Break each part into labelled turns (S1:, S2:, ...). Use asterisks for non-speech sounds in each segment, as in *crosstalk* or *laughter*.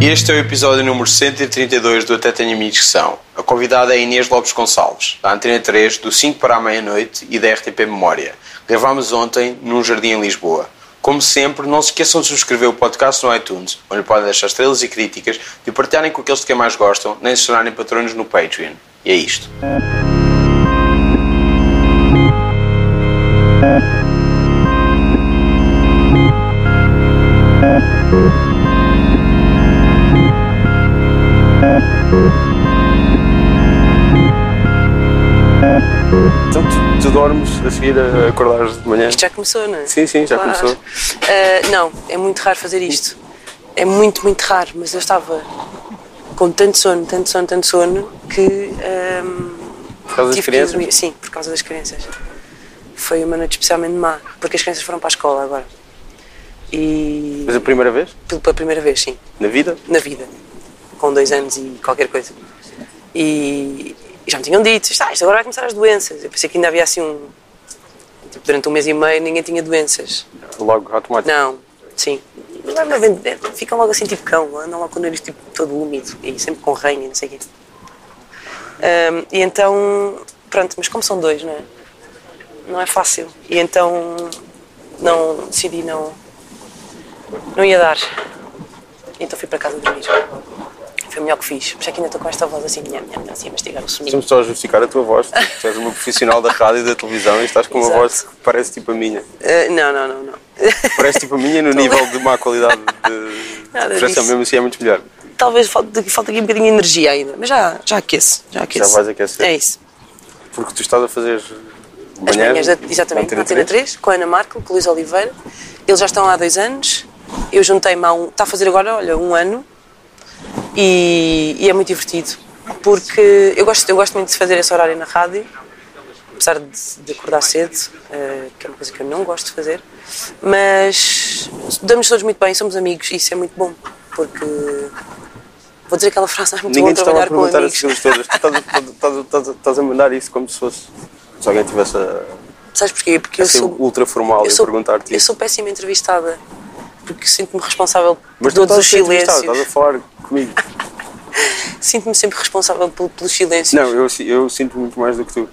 S1: Este é o episódio número 132 do Até Tenho Amigos que São. A convidada é Inês Lopes Gonçalves, da Antena 3, do 5 para a meia-noite e da RTP Memória. Gravámos ontem num jardim em Lisboa. Como sempre, não se esqueçam de subscrever o podcast no iTunes, onde podem deixar estrelas e críticas, de partilharem com aqueles de quem mais gostam, nem se tornarem patronos no Patreon. E é isto. Então, tu, tu dormes a seguir a acordares de manhã?
S2: Isto já começou, não é?
S1: Sim, sim, já começou.
S2: Ah, não, é muito raro fazer isto. É muito, muito raro, mas eu estava com tanto sono, tanto sono, tanto sono, que. por
S1: causa das crianças?
S2: Sim, por causa das crianças. Foi uma noite especialmente má, porque as crianças foram para a escola agora. E.
S1: Mas a primeira vez?
S2: pelo- Pela é primeira vez, sim
S1: Na vida?
S2: na vida, com dois anos e qualquer coisa. E, e já me tinham dito, "Está, isto agora vai começar as doenças. Eu pensei que ainda havia assim um. tipo, durante um mês e meio ninguém tinha doenças.
S1: Logo, automático.
S2: Não, sim. Mas vai uma vez- é, Ficam logo assim tipo cão, andam logo com o nariz tipo, todo úmido e sempre com ranho e não sei o quê. Ahm, e então, pronto, mas como são dois, não é? Não é fácil. E então não decidi não. Não ia dar. Então fui para casa dormir. Foi o melhor que fiz. Por isso é que ainda estou com esta voz assim, nham, nham, nham, assim a mastigar o soninho.
S1: Estamos só a justificar a tua voz. Tu tu és uma profissional da rádio e da televisão e estás com uma
S2: Exato.
S1: voz que parece tipo a minha.
S2: Ah, não, não, não, não.
S1: Parece tipo a minha no nível de má qualidade de
S2: Nada
S1: prestação,
S2: disso.
S1: mesmo assim é muito melhor.
S2: Talvez falte, falte aqui um bocadinho de energia ainda, mas já, já aquece. Já, aquece.
S1: vais aquecer.
S2: É isso.
S1: Porque tu estás a fazer
S2: As
S1: manhã.
S2: manhãs, da, exatamente, na Antena 3, com a Ana Marco, com o Luís Oliveira. Eles já estão há dois anos. Eu juntei-me há um. Está a fazer agora, olha, um ano. E, e é muito divertido. Porque eu gosto, eu gosto muito de fazer esse horário na rádio, apesar de, de acordar cedo, eh, que é uma coisa que eu não gosto de fazer. Mas damos todos muito bem, somos amigos, e isso é muito bom. Porque. Vou dizer aquela frase, "Ah, é muito
S1: Ninguém te
S2: bom
S1: estava a
S2: trabalhar com
S1: perguntar
S2: amigos.
S1: as coisas todas. Tu estás a, estás a- estás a- estás a mandar isso como se fosse. Se alguém tivesse a,
S2: Sabes porquê? Porque
S1: a
S2: eu
S1: ser
S2: sou.
S1: ultra formal e a perguntar-te
S2: eu
S1: isso.
S2: sou péssima entrevistada porque sinto-me responsável por
S1: Mas tu
S2: todos
S1: estás a
S2: os
S1: ser entrevistado, estás a
S2: silêncios.
S1: falar comigo.
S2: Sinto-me sempre responsável pelo- pelos silêncios.
S1: Não, eu, si- eu sinto muito mais do que tu.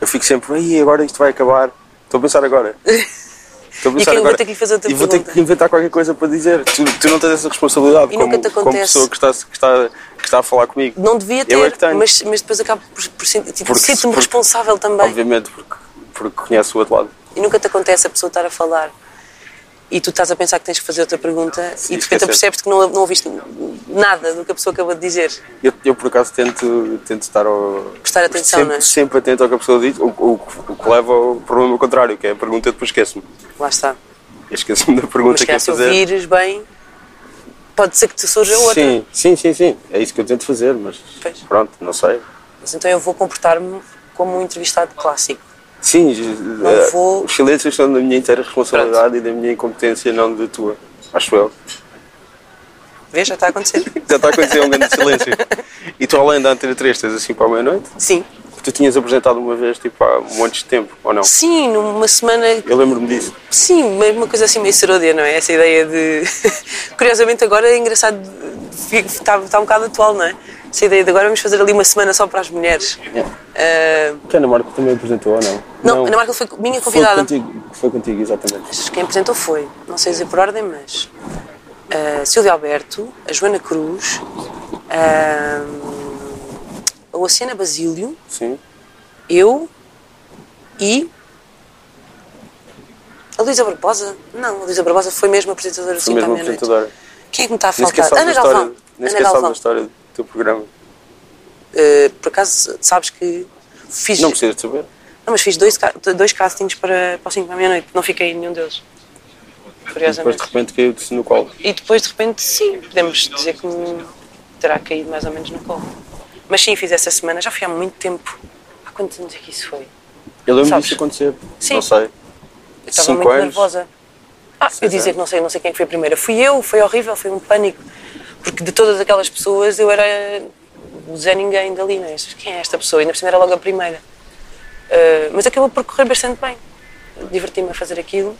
S1: Eu fico sempre, ai, agora isto vai acabar. Estou a pensar
S2: *laughs*
S1: agora. Estou a
S2: E
S1: pensar
S2: que eu vou
S1: agora.
S2: ter que lhe fazer outra
S1: e vou ter
S2: pergunta.
S1: que inventar qualquer coisa para dizer. Tu, tu não tens essa responsabilidade
S2: E
S1: como,
S2: nunca te
S1: como
S2: acontece.
S1: pessoa que está, que, está, que está a falar comigo.
S2: Não devia ter,
S1: Eu é que tenho.
S2: mas, mas depois acabo por, por sentir- tipo,
S1: Porque-
S2: sinto-me
S1: porque-
S2: responsável também.
S1: Obviamente, porque, porque conheço o outro lado.
S2: E nunca te acontece a pessoa estar a falar e tu estás a pensar que tens que fazer outra pergunta e de repente
S1: esquecer.
S2: percebes que não, não ouviste nada do que a pessoa acabou de dizer.
S1: Eu, eu, por acaso tento, tento estar ao,
S2: Prestar atenção,
S1: sempre,
S2: não é?
S1: sempre atento ao que a pessoa diz, o, o, o que leva ao problema contrário, que é a pergunta e depois esqueço-me.
S2: Lá está.
S1: Eu Esqueço-me da
S2: Mas
S1: pergunta
S2: se
S1: que ia
S2: calhar se
S1: fazer.
S2: ouvires bem, pode ser que te surja outra.
S1: Sim, sim, sim, sim. É isso que eu tento fazer, mas
S2: Pois.
S1: pronto, não sei.
S2: Mas então eu vou comportar-me como um entrevistado clássico.
S1: Sim, eh,
S2: vou-
S1: os silêncios são da minha inteira responsabilidade e da minha incompetência, não da tua. Acho eu.
S2: Vês? Já está
S1: *laughs*
S2: a acontecer.
S1: Já está a acontecer um grande
S2: *laughs*
S1: silêncio. E tu, além da Antena 3, tens assim para a meia-noite?
S2: Sim.
S1: Tu tinhas apresentado uma vez, tipo, há um monte de tempo, ou não?
S2: Sim, numa semana
S1: Eu lembro-me disso.
S2: Sim, mas uma coisa assim meio seródia, não é? Essa ideia de. *laughs* Curiosamente, agora é engraçado, está, está um bocado atual, não é? Essa ideia de agora vamos fazer ali uma semana só para as mulheres. Ah,
S1: Que a Ana Marco também apresentou, ou É. não?
S2: não, Ana Marca foi minha convidada.
S1: Foi contigo, foi contigo, exatamente.
S2: Quem apresentou foi, não sei dizer por ordem, mas. ah, Silvia Alberto, a Joana Cruz, ah, a Oceana Basílio,
S1: Sim.
S2: eu e. A Luísa Barbosa? Não, a Luísa Barbosa foi mesmo apresentadora
S1: Foi
S2: sim, para a
S1: mesmo
S2: meia-noite.
S1: apresentadora.
S2: Quem é que me está a
S1: Nem sequer
S2: faltar?
S1: sabes da
S2: Ana Galvão.
S1: história, nem
S2: Ana
S1: sequer sabes da
S2: Galvão.
S1: história do teu programa.
S2: Eh, por acaso, sabes que fiz.
S1: Não precisas de saber.
S2: Não, mas fiz dois, ca- dois castings para, para o 5 da meia-noite. Não fiquei em nenhum deles.
S1: Depois
S2: Curiosamente.
S1: de repente caiu-te no colo.
S2: E depois, de repente, sim, podemos dizer que me terá caído mais ou menos no colo. Mas sim, fiz essa semana. Já foi há muito tempo. Há quantos anos é que isso foi?
S1: Eu lembro
S2: Sabes?
S1: disso acontecer.
S2: Sim.
S1: Não sei.
S2: Eu estava
S1: Cinco
S2: muito
S1: anos.
S2: nervosa. Ah, eu
S1: Seis
S2: dizer
S1: anos.
S2: que não sei, não sei quem é que foi a primeira. Fui eu, foi horrível, foi um pânico. Porque de todas aquelas pessoas eu era o Zé Ninguém dali, não é? Quem é esta pessoa? Ainda por cima era logo a primeira. Ah, mas acabou por correr bastante bem. Diverti-me a fazer aquilo,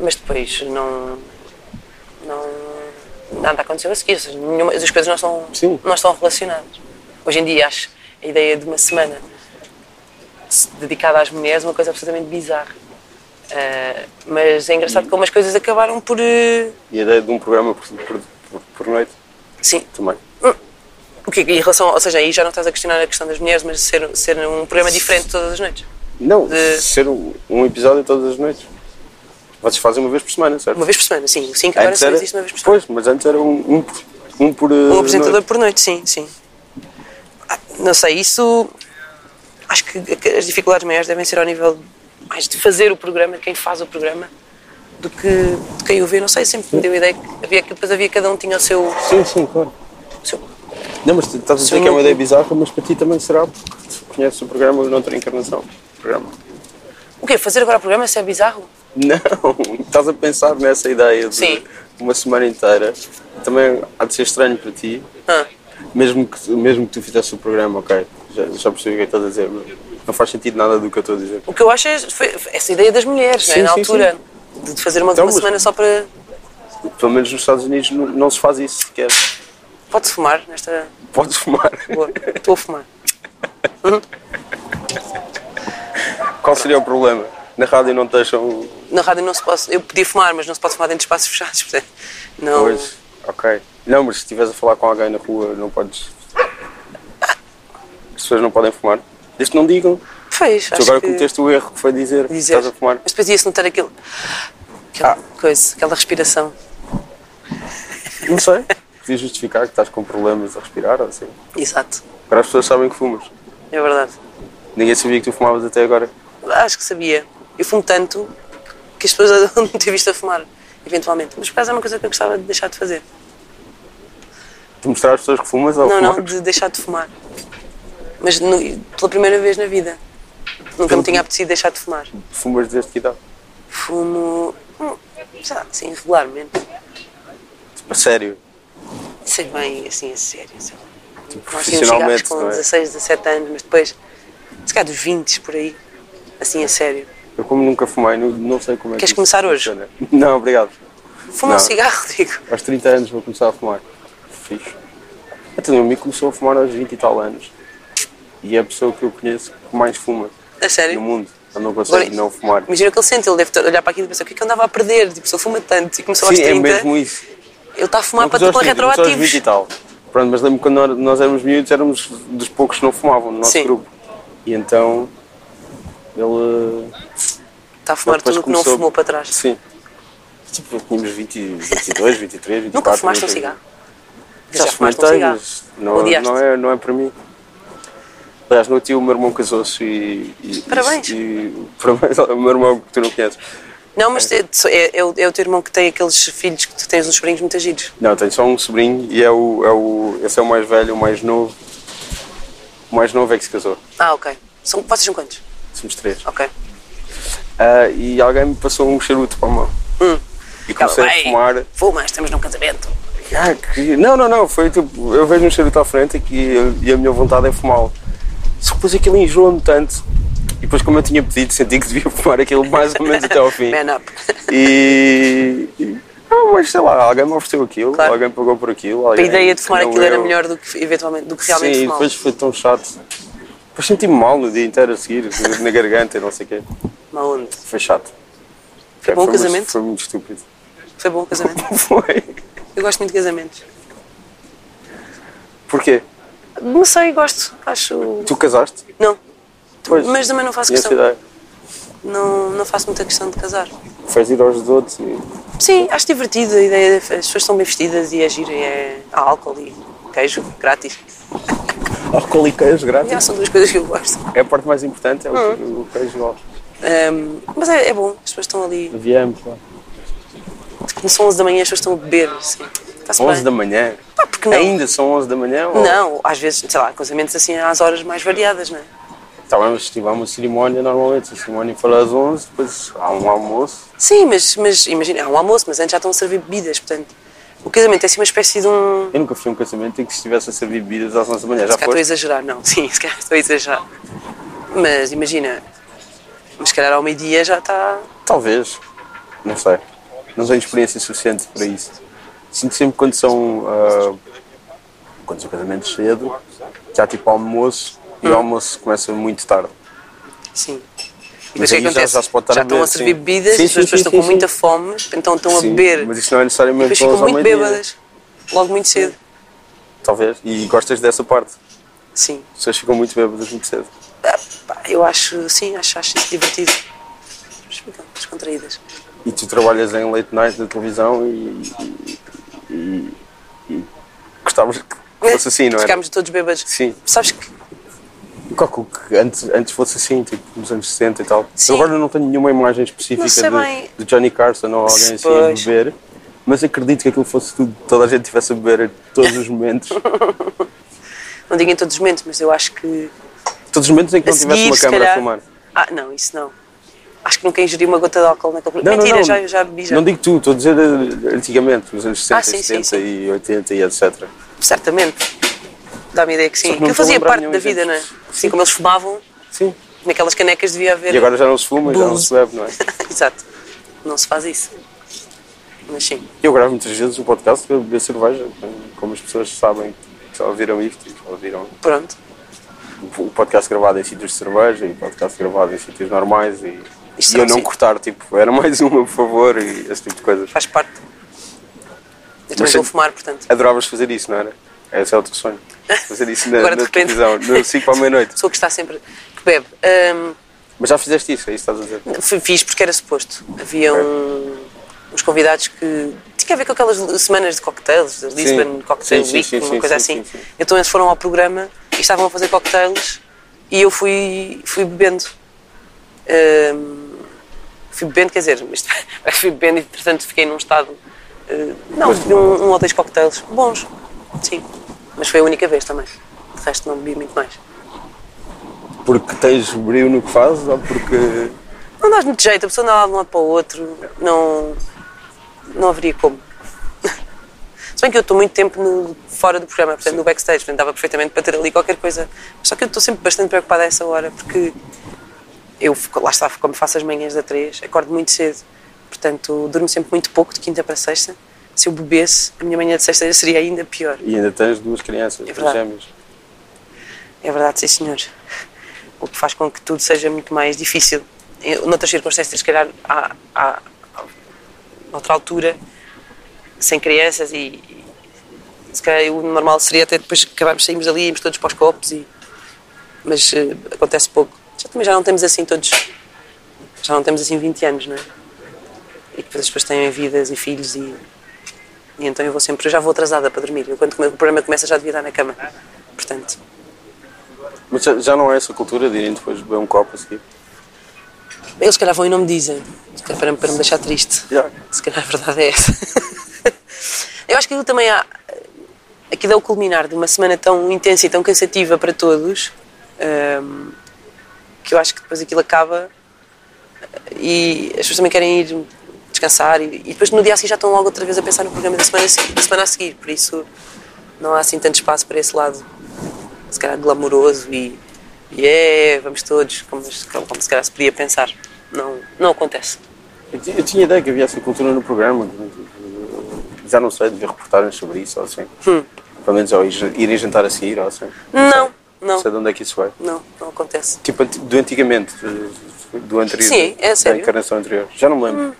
S2: mas depois não. não nada aconteceu a seguir, ou seja, nenhuma das coisas não estão,
S1: Sim.
S2: não estão relacionadas. Hoje em dia, acho a ideia de uma semana se- dedicada às mulheres é uma coisa absolutamente bizarra. Ah, mas é engraçado como as coisas acabaram por. eh,
S1: E a ideia de um programa por, por- por- por noite
S2: sim,
S1: também.
S2: O quê? Em relação, ou seja, aí já não estás a questionar a questão das mulheres, mas ser, ser um programa diferente todas as noites.
S1: Não,
S2: De-
S1: ser um um episódio todas as noites. Vocês fazem uma vez por semana, certo?
S2: Uma vez por semana, sim. O 5 agora só existe uma vez por semana.
S1: Pois, mas antes era um, um, por- um por. uh,
S2: Um apresentador
S1: noite.
S2: por noite, sim, sim. Ah, Não sei, isso. Acho que que as dificuldades maiores devem ser ao nível mais de fazer o programa, de quem faz o programa, do que de quem o vê. Não sei, sempre me deu a ideia que, havia, que depois havia cada um tinha o seu.
S1: Sim, sim, claro.
S2: o seu-
S1: Não, mas tu estás a dizer que
S2: Sim,
S1: é
S2: não-
S1: uma ideia bizarra, mas para ti também será, porque tu conheces o programa de outra encarnação. O Programa.
S2: O quê? Fazer agora o programa? Isso é bizarro?
S1: Não, *laughs* estás a pensar nessa ideia de
S2: Sim.
S1: uma semana inteira. Também há de ser estranho para ti,
S2: Ah,
S1: mesmo que, mesmo que tu fizesse o programa, ok? Já, já percebi o que é que estás a dizer, mas não faz sentido nada do que eu estou a dizer.
S2: o que eu acho é foi essa ideia das mulheres, não é?
S1: Sim,
S2: na
S1: sim,
S2: altura, de fazer uma,
S1: Então,
S2: uma
S1: mas-
S2: semana só para.
S1: Pelo menos nos Estados Unidos não, não se faz isso sequer. *laughs*
S2: Pode fumar nesta.
S1: Podes fumar.
S2: Boa, Estou a fumar.
S1: Qual seria o problema? Na rádio não te deixam.
S2: Na rádio não se pode. Eu podia fumar, mas não se pode fumar dentro de espaços fechados, portanto. Não.
S1: Pois, ok. Não, mas se estiveres a falar com alguém na rua, não podes. As pessoas não podem fumar. Desde que não digam.
S2: Pois,
S1: Tu
S2: acho
S1: agora
S2: que.
S1: cometeste o erro que foi dizer, que
S2: dizer.
S1: estás a fumar.
S2: Mas depois ia-se notar aquilo. Aquela
S1: Ah.
S2: coisa, aquela respiração.
S1: Não sei. Podias justificar que estás com problemas a respirar ou assim.
S2: Exato.
S1: Agora as pessoas sabem que fumas.
S2: É verdade.
S1: Ninguém sabia que tu fumavas até agora.
S2: Acho que sabia. Eu fumo tanto que as pessoas *laughs* não ter visto a fumar, eventualmente. Mas por acaso é uma coisa que eu gostava de deixar de fazer.
S1: Tu mostrar às pessoas que fumas ou
S2: não,
S1: fumar?
S2: não, de deixar de fumar. Mas no- pela primeira vez na vida. Nunca me tinha apetecido deixar de fumar.
S1: Fumas desde que idade?
S2: Fumo. hum, sei lá, assim, regularmente.
S1: A sério.
S2: Sei bem, assim, a sério. Sei lá. Nós tínhamos cigarros
S1: Profissionalmente,
S2: assim, com
S1: não é?
S2: 16, 17 anos, mas depois, se calhar dos 20 por aí, assim a sério.
S1: Eu como nunca fumei, não, não sei como é que
S2: Queres
S1: isso
S2: começar hoje?
S1: funciona. Não, obrigado.
S2: Fuma um
S1: Não.
S2: cigarro, *laughs* digo.
S1: Aos 30 anos vou começar a fumar. Fixe. Até o meu amigo começou a fumar aos 20 e tal anos. E é a pessoa que eu conheço que mais fuma
S2: A
S1: no
S2: sério.
S1: mundo. Eu não consegue
S2: Agora-
S1: não fumar.
S2: Imagina o que ele sente, ele deve ter- olhar para aquilo e pensar o que é que eu andava a perder? Tipo, se ele fuma tanto e começou
S1: Sim,
S2: aos
S1: é
S2: 30,
S1: mesmo isso.
S2: ele está a fumar
S1: Não,
S2: para
S1: começou
S2: tudo
S1: aos 30,
S2: pela
S1: começou aos 20 e
S2: retroativos.
S1: tal. Pronto, mas lembro-me quando nós- nós éramos miúdos, éramos dos poucos que não fumavam no nosso
S2: Sim.
S1: grupo. E então ele.
S2: Está a fumar
S1: depois
S2: tudo o que não
S1: começou-
S2: fumou para trás.
S1: Sim. Tipo, tínhamos 20, 22, 23, 24.
S2: Nunca fumaste um
S1: 25.
S2: cigarro?
S1: Tá Já,
S2: Já
S1: fumei
S2: fumaste um cigarro?
S1: mas não,
S2: Odiaste?
S1: não, é, não é para mim. Aliás, no tio, o meu irmão casou-se e, e.
S2: Parabéns.
S1: E, *laughs* parabéns ao meu irmão que tu não conheces.
S2: Não, mas é, é- é o, é o teu irmão que tem aqueles filhos que tu tens uns sobrinhos muito agidos.
S1: Não, tenho só um sobrinho e é o, é o. Esse é o mais velho, o mais novo. O mais novo é que se casou.
S2: Ah, ok. São, vocês são quantos?
S1: Somos três.
S2: Ok.
S1: Ah, e alguém me passou um charuto para a mão.
S2: Hum.
S1: E comecei
S2: Ei,
S1: a fumar.
S2: Fuma, estamos num casamento.
S1: Ah, que- Não, não, não. Foi tipo, eu vejo um charuto à frente e, e a minha vontade é fumá-lo. Só que depois aquilo enjoa-me tanto. E depois, como eu tinha pedido, senti que devia *laughs* fumar aquilo mais ou menos até ao fim.
S2: Man up. *laughs*
S1: E. e- ah, mas sei lá, alguém me ofereceu aquilo,
S2: Claro.
S1: alguém pagou por aquilo.
S2: A
S1: alguém-
S2: ideia de fumar
S1: não
S2: aquilo era
S1: eu.
S2: melhor do que, eventualmente, do que realmente
S1: Sim, e
S2: fumar.
S1: depois foi tão chato. Depois senti-me mal no dia inteiro a seguir, na garganta e não sei o quê.
S2: Mas onde?
S1: Foi chato.
S2: Foi bom o
S1: muito-
S2: casamento?
S1: Foi muito estúpido. *laughs*
S2: Foi bom o casamento.
S1: Foi.
S2: Eu gosto muito de casamentos.
S1: Porquê?
S2: Não sei, gosto. Acho.
S1: Tu casaste?
S2: Não.
S1: Pois.
S2: Mas também não faço
S1: E essa
S2: questão.
S1: ideia?
S2: Não, não faço muita questão de casar.
S1: Faz ir aos dos outros e.
S2: Sim, acho divertido. A ideia de- as pessoas estão bem vestidas e agir é há álcool e queijo grátis.
S1: Álcool e queijo
S2: Já
S1: grátis.
S2: são duas coisas que eu gosto.
S1: É a parte mais importante, é o,
S2: Hum.
S1: o queijo e o álcool.
S2: Ahm, mas é, é bom, as pessoas estão ali.
S1: Havia ambos lá.
S2: São 11 da manhã, as pessoas estão a beber. Assim. Está-se
S1: 11 da
S2: bem.
S1: manhã?
S2: Pá, porque não?
S1: Ainda são 11 da manhã? ou-
S2: Não, às vezes, sei lá, casamentos assim às horas mais variadas, não é?
S1: Tá bem, mas se tiver uma cerimónia, normalmente a cerimónia for às 11, depois há um almoço.
S2: Sim, mas, mas imagina, há um almoço, mas antes já estão a servir bebidas, portanto. O casamento é assim uma espécie de um.
S1: Eu nunca fui a um casamento em que se estivesse a servir bebidas às 11 da manhã.
S2: Se
S1: Já
S2: calhar estou a
S1: foste?
S2: exagerar, não. *laughs* Sim, se calhar estou a exagerar. Mas imagina, mas se calhar ao meio-dia já está.
S1: Talvez. Não sei. Não tenho experiência suficiente para isso. Sinto sempre quando são, ah, quando são casamentos cedo, já tipo almoço,
S2: Hum.
S1: e o almoço começa muito tarde.
S2: Sim. E
S1: Mas
S2: depois o que
S1: aí já-
S2: acontece?
S1: já se pode estar a
S2: estão a
S1: beber, sim.
S2: servir bebidas,
S1: Sim,
S2: as
S1: sim,
S2: pessoas
S1: sim,
S2: estão
S1: sim,
S2: com
S1: sim.
S2: muita fome, então estão a
S1: Sim,
S2: beber.
S1: Mas isso não é
S2: e
S1: necessariamente
S2: depois ficam
S1: pelas
S2: muito
S1: ao meio-dia,
S2: bêbadas, logo muito cedo.
S1: Talvez. E gostas dessa parte.
S2: Sim.
S1: As pessoas ficam muito bêbadas muito cedo.
S2: Ah, pá, Eu acho, sim, acho, acho isso divertido. Mas ficam descontraídas.
S1: E tu trabalhas em late night na televisão e. e, e- e gostavas que fosse assim, não é?
S2: Ficámos todos bêbados.
S1: Sim.
S2: Sabes que
S1: Eu calculo que antes, antes fosse assim, tipo nos anos 60 e tal.
S2: Sim.
S1: Eu agora não tenho nenhuma imagem
S2: Não sei
S1: específica
S2: bem.
S1: de, de Johnny Carson ou alguém assim a
S2: Pois.
S1: beber, mas acredito que aquilo fosse tudo, toda a gente tivesse a beber em todos os
S2: *laughs*
S1: momentos.
S2: não digo em todos os momentos, mas eu acho que
S1: todos os momentos em que
S2: a
S1: não tivesse
S2: seguir,
S1: uma
S2: se
S1: câmera a
S2: calhar...
S1: filmar.
S2: Ah, não, isso não. Acho que nunca ingeri uma gota de álcool naquele...
S1: Não,
S2: É Mentira,
S1: não, não.
S2: já, eu já bebi já.
S1: Não digo tu, estou a dizer eh, antigamente, nos anos 60,
S2: Ah, sim, sim,
S1: 70
S2: sim.
S1: e 80 e etc.
S2: Certamente. Dá-me a ideia que sim.
S1: Só que não
S2: Aquilo
S1: estou a
S2: fazia
S1: lembrar
S2: parte
S1: nenhum
S2: da vida,
S1: exemplo.
S2: não é? Assim como eles fumavam,
S1: Sim.
S2: naquelas canecas devia haver.
S1: E agora já não se fuma, já não
S2: É Blues.
S1: se bebe, não é?
S2: *laughs* Exato. Não se faz isso. Mas sim.
S1: Eu gravo muitas vezes o podcast para beber cerveja, como as pessoas sabem que já ouviram isto, e já ouviram
S2: Pronto.
S1: o podcast gravado em sítios de cerveja e o podcast gravado em sítios normais e,
S2: Isto
S1: e eu
S2: é
S1: não
S2: assim.
S1: cortar, tipo, era mais uma, por favor, e esse tipo de coisas.
S2: Faz parte. Eu também
S1: Mas
S2: vou
S1: sim.
S2: fumar, portanto.
S1: Adoravas fazer isso, não era? Esse é o teu
S2: *laughs*
S1: sonho. Fazer isso na,
S2: Agora, de
S1: na
S2: repente.
S1: televisão, no 5 para a meia-noite.
S2: Pessoa que está sempre. que bebe. Ahm,
S1: Mas já fizeste isso, é isso que estás a dizer.
S2: F- Fiz porque era suposto. Havia um- uns convidados que. Tinha a ver com aquelas semanas de cocktails, de Lisbon Cocktail
S1: Sim, sim,
S2: Week,
S1: sim,
S2: uma
S1: sim,
S2: coisa
S1: sim,
S2: assim.
S1: sim, sim.
S2: Então eles foram ao programa e estavam a fazer cocktails e eu fui, fui bebendo. Ahm, fui bebendo, quer dizer, isto- *laughs* fui bebendo e portanto fiquei num estado. eh, não, bebi um, um ou dois cocktails bons, sim. Mas foi a única vez também. De resto não bebi muito mais.
S1: Porque tens brilho no que fazes ou porque.
S2: Não dás muito jeito, a pessoa andava de um lado para o outro, não, não haveria como. Se bem que eu estou muito tempo no- fora do programa, portanto, no backstage, portanto, dava perfeitamente para ter ali qualquer coisa. Mas só que eu estou sempre bastante preocupada a essa hora, porque eu, fico- lá está, como faço as manhãs da 3, acordo muito cedo, portanto, durmo sempre muito pouco, de quinta para sexta. Se eu bebesse, a minha manhã de sexta seria ainda pior.
S1: E ainda tens duas crianças, duas
S2: verdade.
S1: gêmeas.
S2: É verdade, sim, senhor. O que faz com que tudo seja muito mais difícil. Eu, noutras circunstâncias, se calhar, há, há, há- noutra altura, sem crianças e, e se calhar o normal seria até depois que acabarmos, saímos ali, íamos todos para os copos e... Mas eh, acontece pouco. Já também já não temos assim todos... Já não temos assim 20 anos, não é? E depois as pessoas têm vidas e filhos e... E então eu vou sempre... Eu já vou atrasada para dormir. Eu, quando o programa começa já devia estar na cama. Portanto...
S1: Mas já, já não é essa cultura de irem depois beber um copo a seguir?
S2: Eles se calhar vão e não me dizem. Se calhar Para, para me deixar triste.
S1: Já.
S2: Se calhar a verdade é essa. *laughs* Eu acho que aquilo também há. Aquilo é o culminar de uma semana tão intensa e tão cansativa para todos hum, que eu acho que depois aquilo acaba e as pessoas também querem ir descansar e, e depois no dia a seguir já estão logo outra vez a pensar no programa da semana, a seguir- da semana a seguir. Por isso não há assim tanto espaço para esse lado se calhar glamouroso e yeah, vamos todos, como, como se calhar se podia pensar. Não, não acontece.
S1: Eu, ti- eu tinha ideia que havia essa cultura no programa. Já não sei, devia reportagens sobre isso ou assim. Pelo menos ou ir, irem jantar a seguir ou assim.
S2: Hum. Não,
S1: Não
S2: não,
S1: sei de onde é que isso vai.
S2: não, não acontece.
S1: Tipo, anti- do antigamente, do- do anterior.
S2: Sim, é sério? Hum.
S1: Da encarnação anterior. Já não me lembro.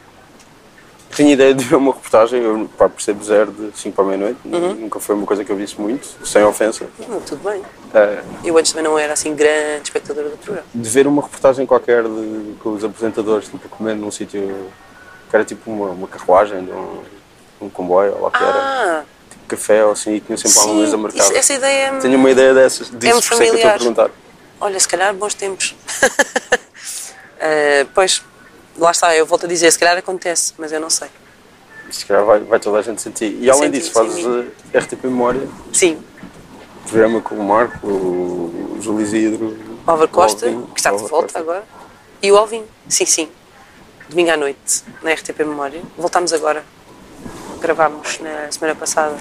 S1: Tinha ideia de ver uma reportagem, eu pá, percebo zero de 5 para a meia-noite.
S2: Uhum.
S1: Nunca foi uma coisa que eu visse muito, sem ofensa.
S2: Não, tudo bem.
S1: Ah,
S2: Eu antes também não era assim grande espectadora do programa.
S1: de ver uma reportagem qualquer de- com os apresentadores, tipo, comendo num sítio que era tipo uma, uma carruagem, de um, um comboio, ou lá o que era,
S2: Ah,
S1: tipo café ou assim, e tinham sempre alguma
S2: sim,
S1: mesa
S2: isso-
S1: marcada.
S2: essa ideia é.
S1: Tenho uma ideia dessas, disso, por
S2: É-me
S1: isso é que eu estou a
S2: familiar.
S1: perguntar.
S2: Olha, se calhar bons tempos. *laughs* Eh, pois, lá está, eu volto a dizer, se calhar acontece, mas eu não sei.
S1: Se calhar vai, vai toda a gente sentir. E além
S2: Senti
S1: disso,
S2: isso em
S1: fazes
S2: mim.
S1: eh, RTP Memória,
S2: Sim,
S1: programa com o Marco, o Júlio Isidro,
S2: o Álvaro Costa,
S1: Alvin,
S2: que está de
S1: Álvaro
S2: volta
S1: Costa.
S2: agora, e o Alvin, sim, sim. Domingo à noite, na RTP Memória. Voltámos agora. Gravámos na semana passada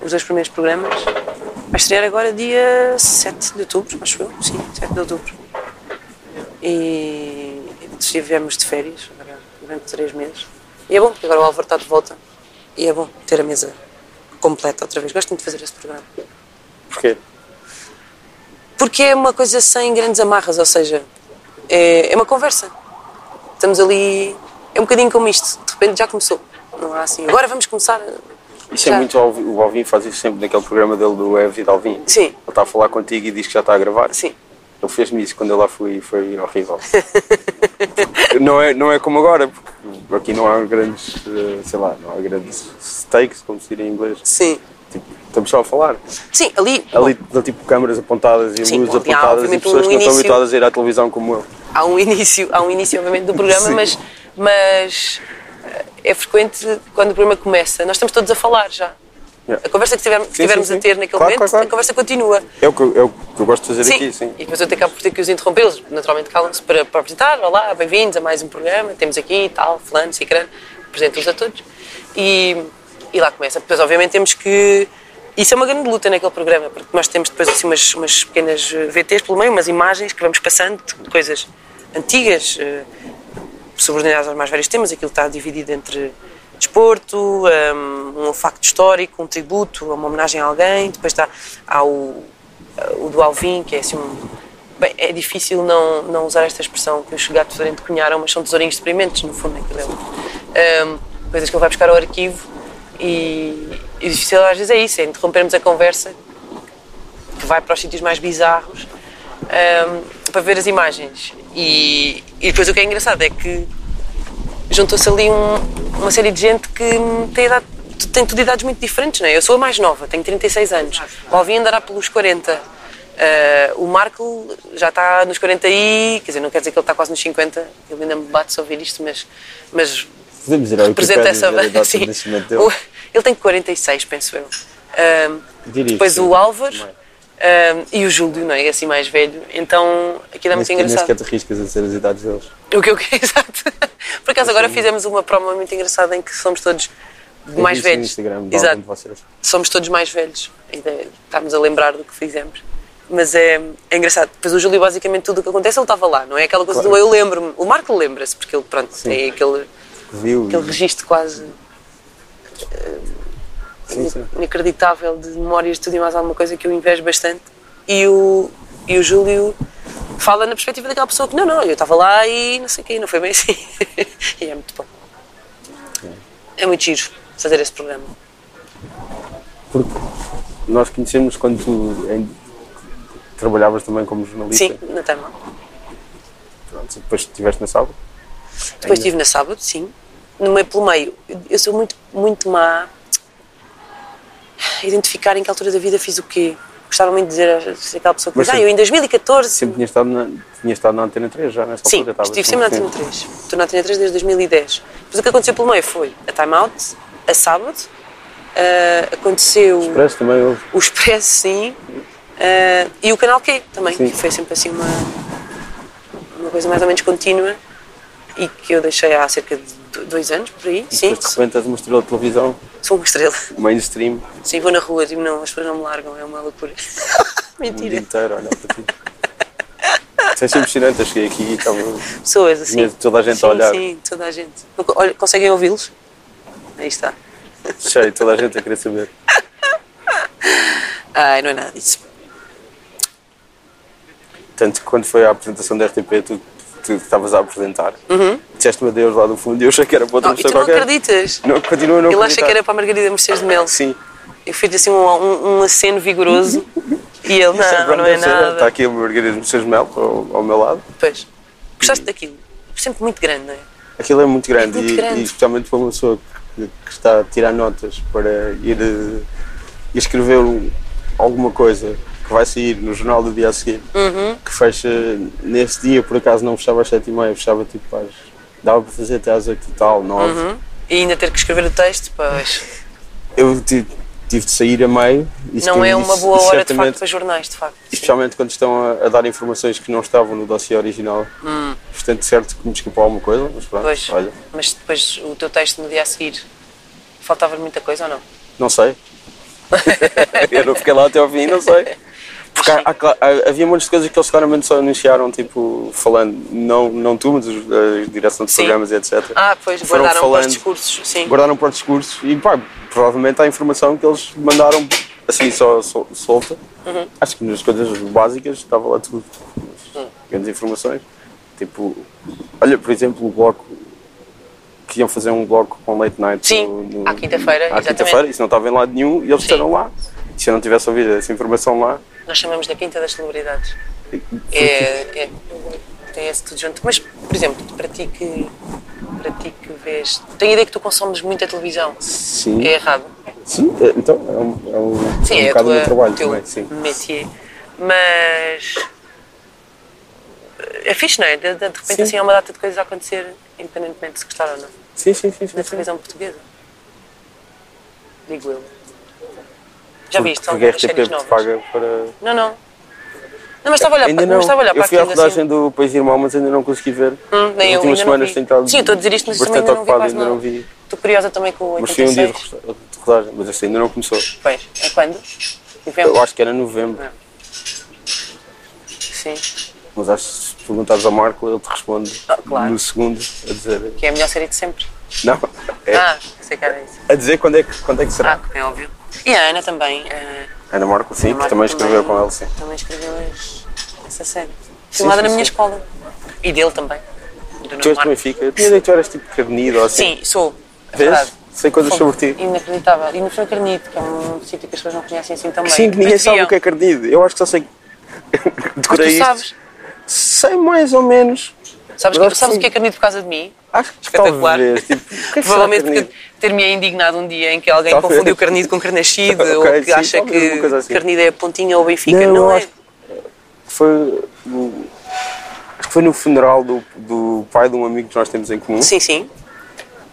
S2: os dois primeiros programas. Vai estrear agora dia 7 de outubro, acho eu, sim, 7 de outubro. E estivemos de férias agora, durante três meses. E é bom, porque agora o Álvaro está de volta. E é bom ter a mesa completa outra vez. Gosto muito de fazer esse programa.
S1: Porquê?
S2: Porque é uma coisa sem grandes amarras, ou seja, é, é uma conversa. Estamos ali. É um bocadinho como isto. De repente já começou. Não há assim. Agora vamos começar. a-
S1: Isso é
S2: já."
S1: muito. ao- O Alvin faz isso sempre naquele programa dele do Eves e de Alvin. Ele
S2: Sim,
S1: está a falar contigo e diz que já está a gravar.
S2: sim.
S1: Ele fez-me isso quando eu lá fui e foi horrível. *laughs* não, é, não é como agora, porque aqui não há grandes, eh, sei lá, não há grandes stakes, como se diria em inglês.
S2: Sim.
S1: Tipo, estamos só a falar.
S2: Sim, ali.
S1: Ali estão tipo câmaras apontadas e
S2: Sim,
S1: luzes
S2: onde há,
S1: apontadas e
S2: obviamente,
S1: pessoas que
S2: um
S1: não estão
S2: início.
S1: habituadas a ir à televisão como eu.
S2: há um *laughs* início, há um início obviamente do programa,
S1: Sim.
S2: mas, mas eh, é frequente quando o programa começa, nós estamos todos a falar já.
S1: Yeah.
S2: A conversa que tivermos, que
S1: Sim,
S2: tivermos
S1: sim, sim.
S2: a ter naquele
S1: Claro,
S2: momento,
S1: claro, claro.
S2: a conversa continua.
S1: É o que, eu- é o que eu gosto de fazer aqui, sim.
S2: E depois eu até acabo por ter que os interromper, eles naturalmente calam-se para, para apresentar. Olá, bem-vindos a mais um programa, temos aqui e tal, fulano, cicrano, apresento-os a todos. E, e lá começa. Depois, obviamente, temos que. Isso é uma grande luta naquele programa, porque nós temos depois assim umas, umas pequenas eh, VTs pelo meio, umas imagens que vamos passando de coisas antigas, eh, subordinadas aos mais vários temas. Aquilo está dividido entre desporto, um, um facto histórico, um tributo, uma homenagem a alguém. Depois está há o, o do Alvin, que é assim um. Bem, é difícil não, não usar esta expressão que os gatos de cunharam, mas são tesourinhos de experimentos, no fundo, aquilo é. um, coisas que ele vai buscar ao arquivo e, e difícil às vezes é isso, é interrompermos a conversa que vai para os sítios mais bizarros ahm, para ver as imagens. E, e depois o que é engraçado é que juntou-se ali um- uma série de gente que tem, idade, tem tudo idades muito diferentes, não é? Eu sou a mais nova, tenho 36 anos. O Alvin andará pelos 40. Ah, o Marco já está nos 40 e, quer dizer, não quer dizer que ele está quase nos 50, ele ainda me bate se ouvir isto, mas, mas
S1: Podemos ir ao
S2: representa essa *laughs*
S1: data
S2: sim. é
S1: de nascimento dele.
S2: O- Ele tem 46, penso eu. Ahm,
S1: Diria
S2: depois
S1: que sim.
S2: o Álvaro ahm, e o Júlio, não é? Assim mais velho. Então aquilo é muito engraçado.
S1: sequer te arriscas a dizer as idades deles.
S2: O que *laughs* eu quero, exato. Por acaso agora fizemos uma promo muito engraçada em que somos todos mais
S1: Eu vi isso no Instagram
S2: velhos.
S1: de algum
S2: Exato
S1: de vocês.
S2: somos todos mais velhos. Ainda estamos a lembrar do que fizemos. Mas é, é engraçado. Depois o Júlio, basicamente, tudo o que acontece, ele estava lá, não é? Aquela coisa
S1: Claro.
S2: do eu lembro-me. O Marco lembra-se, porque ele, pronto, tem aquele,
S1: Viu?
S2: aquele registro quase
S1: Sim, sim.
S2: inacreditável de memórias de tudo e mais alguma coisa que eu invejo bastante. E o, e o Júlio fala na perspectiva daquela pessoa que não, não, eu estava lá e não sei o quê, não foi bem assim. *laughs* e é muito bom. É muito giro fazer esse programa.
S1: Porque nós conhecemos quando tu em- trabalhavas também como jornalista.
S2: Sim, na Tama.
S1: Pronto, depois estiveste na sala.
S2: Depois estive na sábado, sim. No meio, pelo meio, eu sou muito, muito má a identificar em que altura da vida fiz o quê. Gostava muito de dizer a- àquela pessoa que
S1: Mas
S2: diz, ah,
S1: sempre-
S2: eu em 2014.
S1: Sempre tinha estado na, tinha estado na Antena 3 já nessa
S2: Sim,
S1: altura. estavas, um
S2: estive sempre na
S1: não
S2: Antena 3. Estou na Antena 3 desde 2010. Mas o que aconteceu pelo meio foi a Time Out, a Sábado, ah, aconteceu
S1: Expresso também houve.
S2: o Expresso, sim, ah, e o Canal Q também,
S1: Sim.
S2: que foi sempre assim uma, uma coisa mais ou menos contínua e que eu deixei há cerca de do- dois anos, por aí,
S1: E
S2: sim,
S1: Depois de repente és uma estrela de televisão, um
S2: sou uma estrela. *laughs*
S1: mainstream,
S2: Sim, vou na rua, tipo, não, as pessoas não me largam, é uma loucura. *laughs*
S1: o mundo
S2: Mentira.
S1: um inteiro a olhar para ti. Isso é sempre impressionante, eu cheguei aqui e estava
S2: Pessoas assim.
S1: mesmo toda a gente
S2: sim,
S1: a olhar,
S2: Sim, toda a gente. Não co- olha, Conseguem ouvi-los? Aí está.
S1: cheio, toda a gente a querer saber.
S2: Ai, não é nada disso.
S1: Tanto que quando foi à apresentação da RTP, tu, tu estavas a apresentar, disseste-me adeus lá do fundo e eu achei que era para outra
S2: Uhum. Oh, e
S1: pessoa
S2: tu não
S1: qualquer.
S2: acreditas?
S1: Não, continua a não
S2: Ele acha que
S1: acreditar.
S2: era para a Margarida Mercedes de Mel.
S1: Sim,
S2: Eu fiz assim um, um, um
S1: *laughs*
S2: aceno vigoroso e ele, não, não é
S1: Está
S2: nada.
S1: tá aqui o Margarida Mercedes Mel ao, ao meu lado.
S2: Pois, gostaste daquilo? Sempre muito grande, não é?
S1: Aquilo é muito grande,
S2: É muito
S1: e,
S2: grande.
S1: e especialmente para uma pessoa que, que está a tirar notas para ir, eh, ir escrever um- alguma coisa que vai sair no jornal do dia a seguir,
S2: Uhum.
S1: que fecha nesse dia, por acaso não fechava às 7 e meia, fechava tipo às. dava para fazer até às 8 e tal, 9.
S2: E ainda ter que escrever o texto, pois.
S1: Eu ti- tive de sair a meio. e
S2: Não é
S1: escrevi
S2: uma
S1: isso-
S2: boa
S1: e
S2: hora, de
S1: certamente- é
S2: facto, para jornais, de facto.
S1: Especialmente quando estão a, a dar informações que não estavam no dossiê original. Portanto, certo que me escapou alguma coisa, mas pronto,
S2: Hum. Pois.
S1: um olha,
S2: Mas depois o teu texto no dia a seguir, faltava muita coisa ou não? *laughs*
S1: não sei. eu não fiquei lá até ao fim, não sei. Porque há- há cla- há- havia montes de coisas que eles claramente só anunciaram, tipo, falando, não, não tu, mas os- a direção de
S2: Sim.
S1: programas e etc.
S2: Ah, pois,
S1: Foram
S2: guardaram para
S1: falando-
S2: os discursos, sim.
S1: guardaram para o discurso um e pá, provavelmente há informação que eles mandaram assim só, sol- solta.
S2: Uhum.
S1: Acho que nas coisas básicas estava lá tudo. Mas Grandes informações. Tipo, olha, por exemplo, o bloco que iam fazer um bloco com late night
S2: Sim, à
S1: à
S2: quinta-feira, exatamente.
S1: quinta-feira, isso não estava em lado nenhum e eles estiveram lá. Se eu não tivesse ouvido essa informação lá,
S2: Nós chamamos da Quinta das Celebridades. É, é, tem esse tudo junto. Mas, por exemplo, para ti que, para ti que vês. Tenho a ideia que tu consomes muita televisão.
S1: sim,
S2: É errado.
S1: sim, é- então é um, é um,
S2: Sim,
S1: é um
S2: é a
S1: bocado o
S2: tua,
S1: meu trabalho
S2: o teu
S1: também, sim.
S2: métier. Mas. É fixe, não é? De, de- de repente,
S1: Sim.
S2: assim, há uma data de coisas a acontecer, independentemente de se gostar ou não.
S1: Sim, sim, sim, sim,
S2: Na
S1: sim.
S2: televisão portuguesa. Digo eu. Já viste? São
S1: Porque a
S2: algumas
S1: RTP
S2: séries
S1: te
S2: novas.
S1: paga para.
S2: Não, não. Não, mas estava a olhar
S1: Ainda
S2: para,
S1: não.
S2: mas estava a olhar
S1: eu
S2: para
S1: fui à
S2: aquilo
S1: rodagem
S2: assim.
S1: do País Irmão, mas ainda não consegui ver.
S2: Hum, nem
S1: As últimas
S2: eu, ainda não
S1: semanas
S2: vi.
S1: tenho estado
S2: Sim, eu estou a dizer isto, mas também
S1: bastante
S2: ainda não vi
S1: ocupado,
S2: quase
S1: ainda não
S2: nada.
S1: vi.
S2: Estou assim, curiosa também com o
S1: Mas foi um dia de
S2: 86.
S1: roda- de rodagem, mas este ainda não começou.
S2: Pois, é quando? Novembro?
S1: Eu acho que era novembro,
S2: Sim.
S1: mas acho que se perguntares ao Marco, ele te responde
S2: Ah, claro.
S1: no segundo a dizer.
S2: Que é a melhor série de sempre.
S1: Não, é,
S2: Ah, sei que era isso.
S1: a dizer quando é que, quando é que
S2: Ah,
S1: será.
S2: é óbvio. E a Ana também. eh,
S1: Ana Marco, sim, que
S2: Marta
S1: também escreveu com ele, sim.
S2: Também escreveu as- essa série. Filmada
S1: sim,
S2: na minha
S1: sim.
S2: escola. E dele também.
S1: Tu
S2: Do Nuno
S1: és do
S2: Marco.
S1: Benfica, eu tinha ideia que tu eras tipo carnido ou assim.
S2: Sim, sou. É
S1: Vês?
S2: verdade.
S1: Sei coisas sobre ti.
S2: Inacreditável. E no Fernando Carnito, que é um sítio que as pessoas não conhecem assim tão bem.
S1: Sim, que ninguém
S2: Mas
S1: sabe
S2: deviam.
S1: o que é carnido. Eu acho que só sei. *laughs* Decorei
S2: Mas tu
S1: isto.
S2: sabes.
S1: Sei mais ou menos. Mas
S2: Sabes, que,
S1: acho que
S2: sabes o
S1: sim.
S2: que é carnito por causa de mim?
S1: Acho que
S2: Espetacular.
S1: Talvez, tipo, o que é *laughs* que será
S2: Provavelmente
S1: carnido?
S2: porque ter-me indignado um dia em que alguém
S1: Talvez.
S2: confundiu carnido com carnascido
S1: *laughs* Ok,
S2: ou que
S1: sim,
S2: acha
S1: talvez
S2: que
S1: alguma coisa assim.
S2: carnido é a pontinha ou Benfica.
S1: Não,
S2: Não,
S1: eu
S2: é.
S1: acho Foi. no- Acho que foi no funeral do, do pai de um amigo que nós temos em comum.
S2: Sim, sim.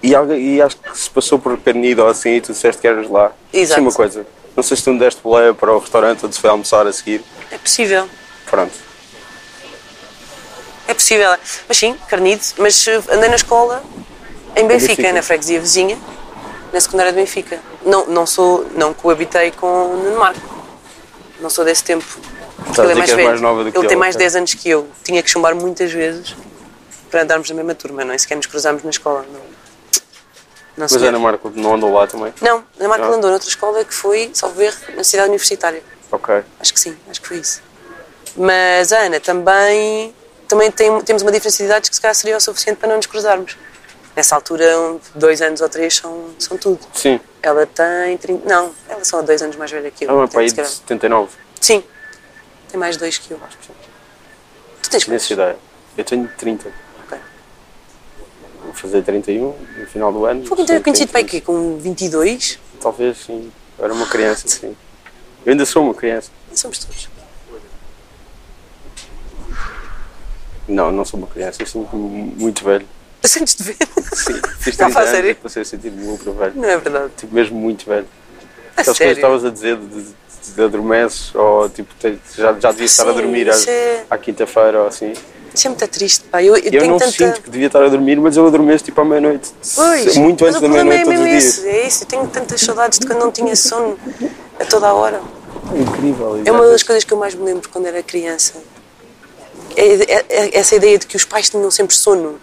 S1: E, alguém- e acho que se passou por Carnido ou assim e tu disseste que eras lá.
S2: Exato.
S1: Sim, uma coisa. Não sei se tu me deste boleia para o restaurante onde se foi almoçar a seguir.
S2: É possível.
S1: Pronto.
S2: É possível. Mas sim, carnido. Mas eh, andei na escola em Benfica,
S1: Benfica.
S2: na freguesia vizinha, na secundária de Benfica. Não, não sou, não coabitei com o Nuno Marco. Não sou desse tempo. Porque
S1: a
S2: ele é
S1: dizer que
S2: mais
S1: és
S2: velho.
S1: mais nova do que
S2: ele tem
S1: ele,
S2: mais
S1: ok.
S2: 10 anos que eu. Tinha que chumbar muitas vezes para andarmos na mesma turma, não é? Sequer nos cruzámos na escola. Não, não
S1: Mas
S2: senhor.
S1: Ana Marco não andou lá também?
S2: Não, na Marco
S1: Não.
S2: andou noutra escola que foi, salvo erro, na cidade universitária.
S1: Ok.
S2: Acho que sim, acho que foi isso. Mas a Ana também, também tem- temos uma diferença de idades que se calhar seria o suficiente para não nos cruzarmos. Nessa altura, um- dois anos ou três são, são tudo.
S1: Sim.
S2: Ela tem 30. Não, ela são dois anos mais velha que eu.
S1: Ela é
S2: portanto,
S1: para aí
S2: se
S1: de
S2: calhar-
S1: 79.
S2: Sim, tem mais dois que eu. acho que sim. Tu tens quantos?
S1: Nessa ideia. Eu tenho 30.
S2: Ok.
S1: Vou fazer 31 no final do ano.
S2: Fogo, então eu
S1: Portanto,
S2: conheci-te para
S1: tenho
S2: aqui com 22.
S1: Talvez sim. Eu era uma criança,
S2: *laughs*
S1: sim. Eu ainda sou uma criança.
S2: Não somos todos. *laughs*
S1: Não, não sou uma criança, eu sinto muito
S2: *laughs*
S1: velho.
S2: Sentes-te ver?
S1: Sim, fiz
S2: Não
S1: 30
S2: faz
S1: anos
S2: sério?
S1: e passei a sentir-me ultra velho.
S2: Não é verdade.
S1: Tipo, mesmo muito velho.
S2: A
S1: Aquelas
S2: sério?
S1: coisas que estavas a dizer de, de, de adormeces ou tipo, te- já, já devias estar a
S2: Sim,
S1: dormir
S2: isso
S1: às-
S2: é-
S1: à quinta-feira ou assim.
S2: Isso é muito triste, pá. Eu, eu
S1: Eu
S2: tenho
S1: não
S2: tanta...
S1: sinto que devia estar a dormir, mas eu adormeço tipo à meia-noite.
S2: Pois,
S1: Muito
S2: mas
S1: antes da
S2: o problema
S1: meia-noite
S2: é
S1: todos
S2: mesmo
S1: os dias.
S2: esse, é isso. Eu tenho tantas saudades de quando não tinha sono a toda a hora.
S1: Incrível.
S2: É uma das coisas que eu mais me lembro quando era criança. É, é- é essa ideia de que os pais tinham sempre sono.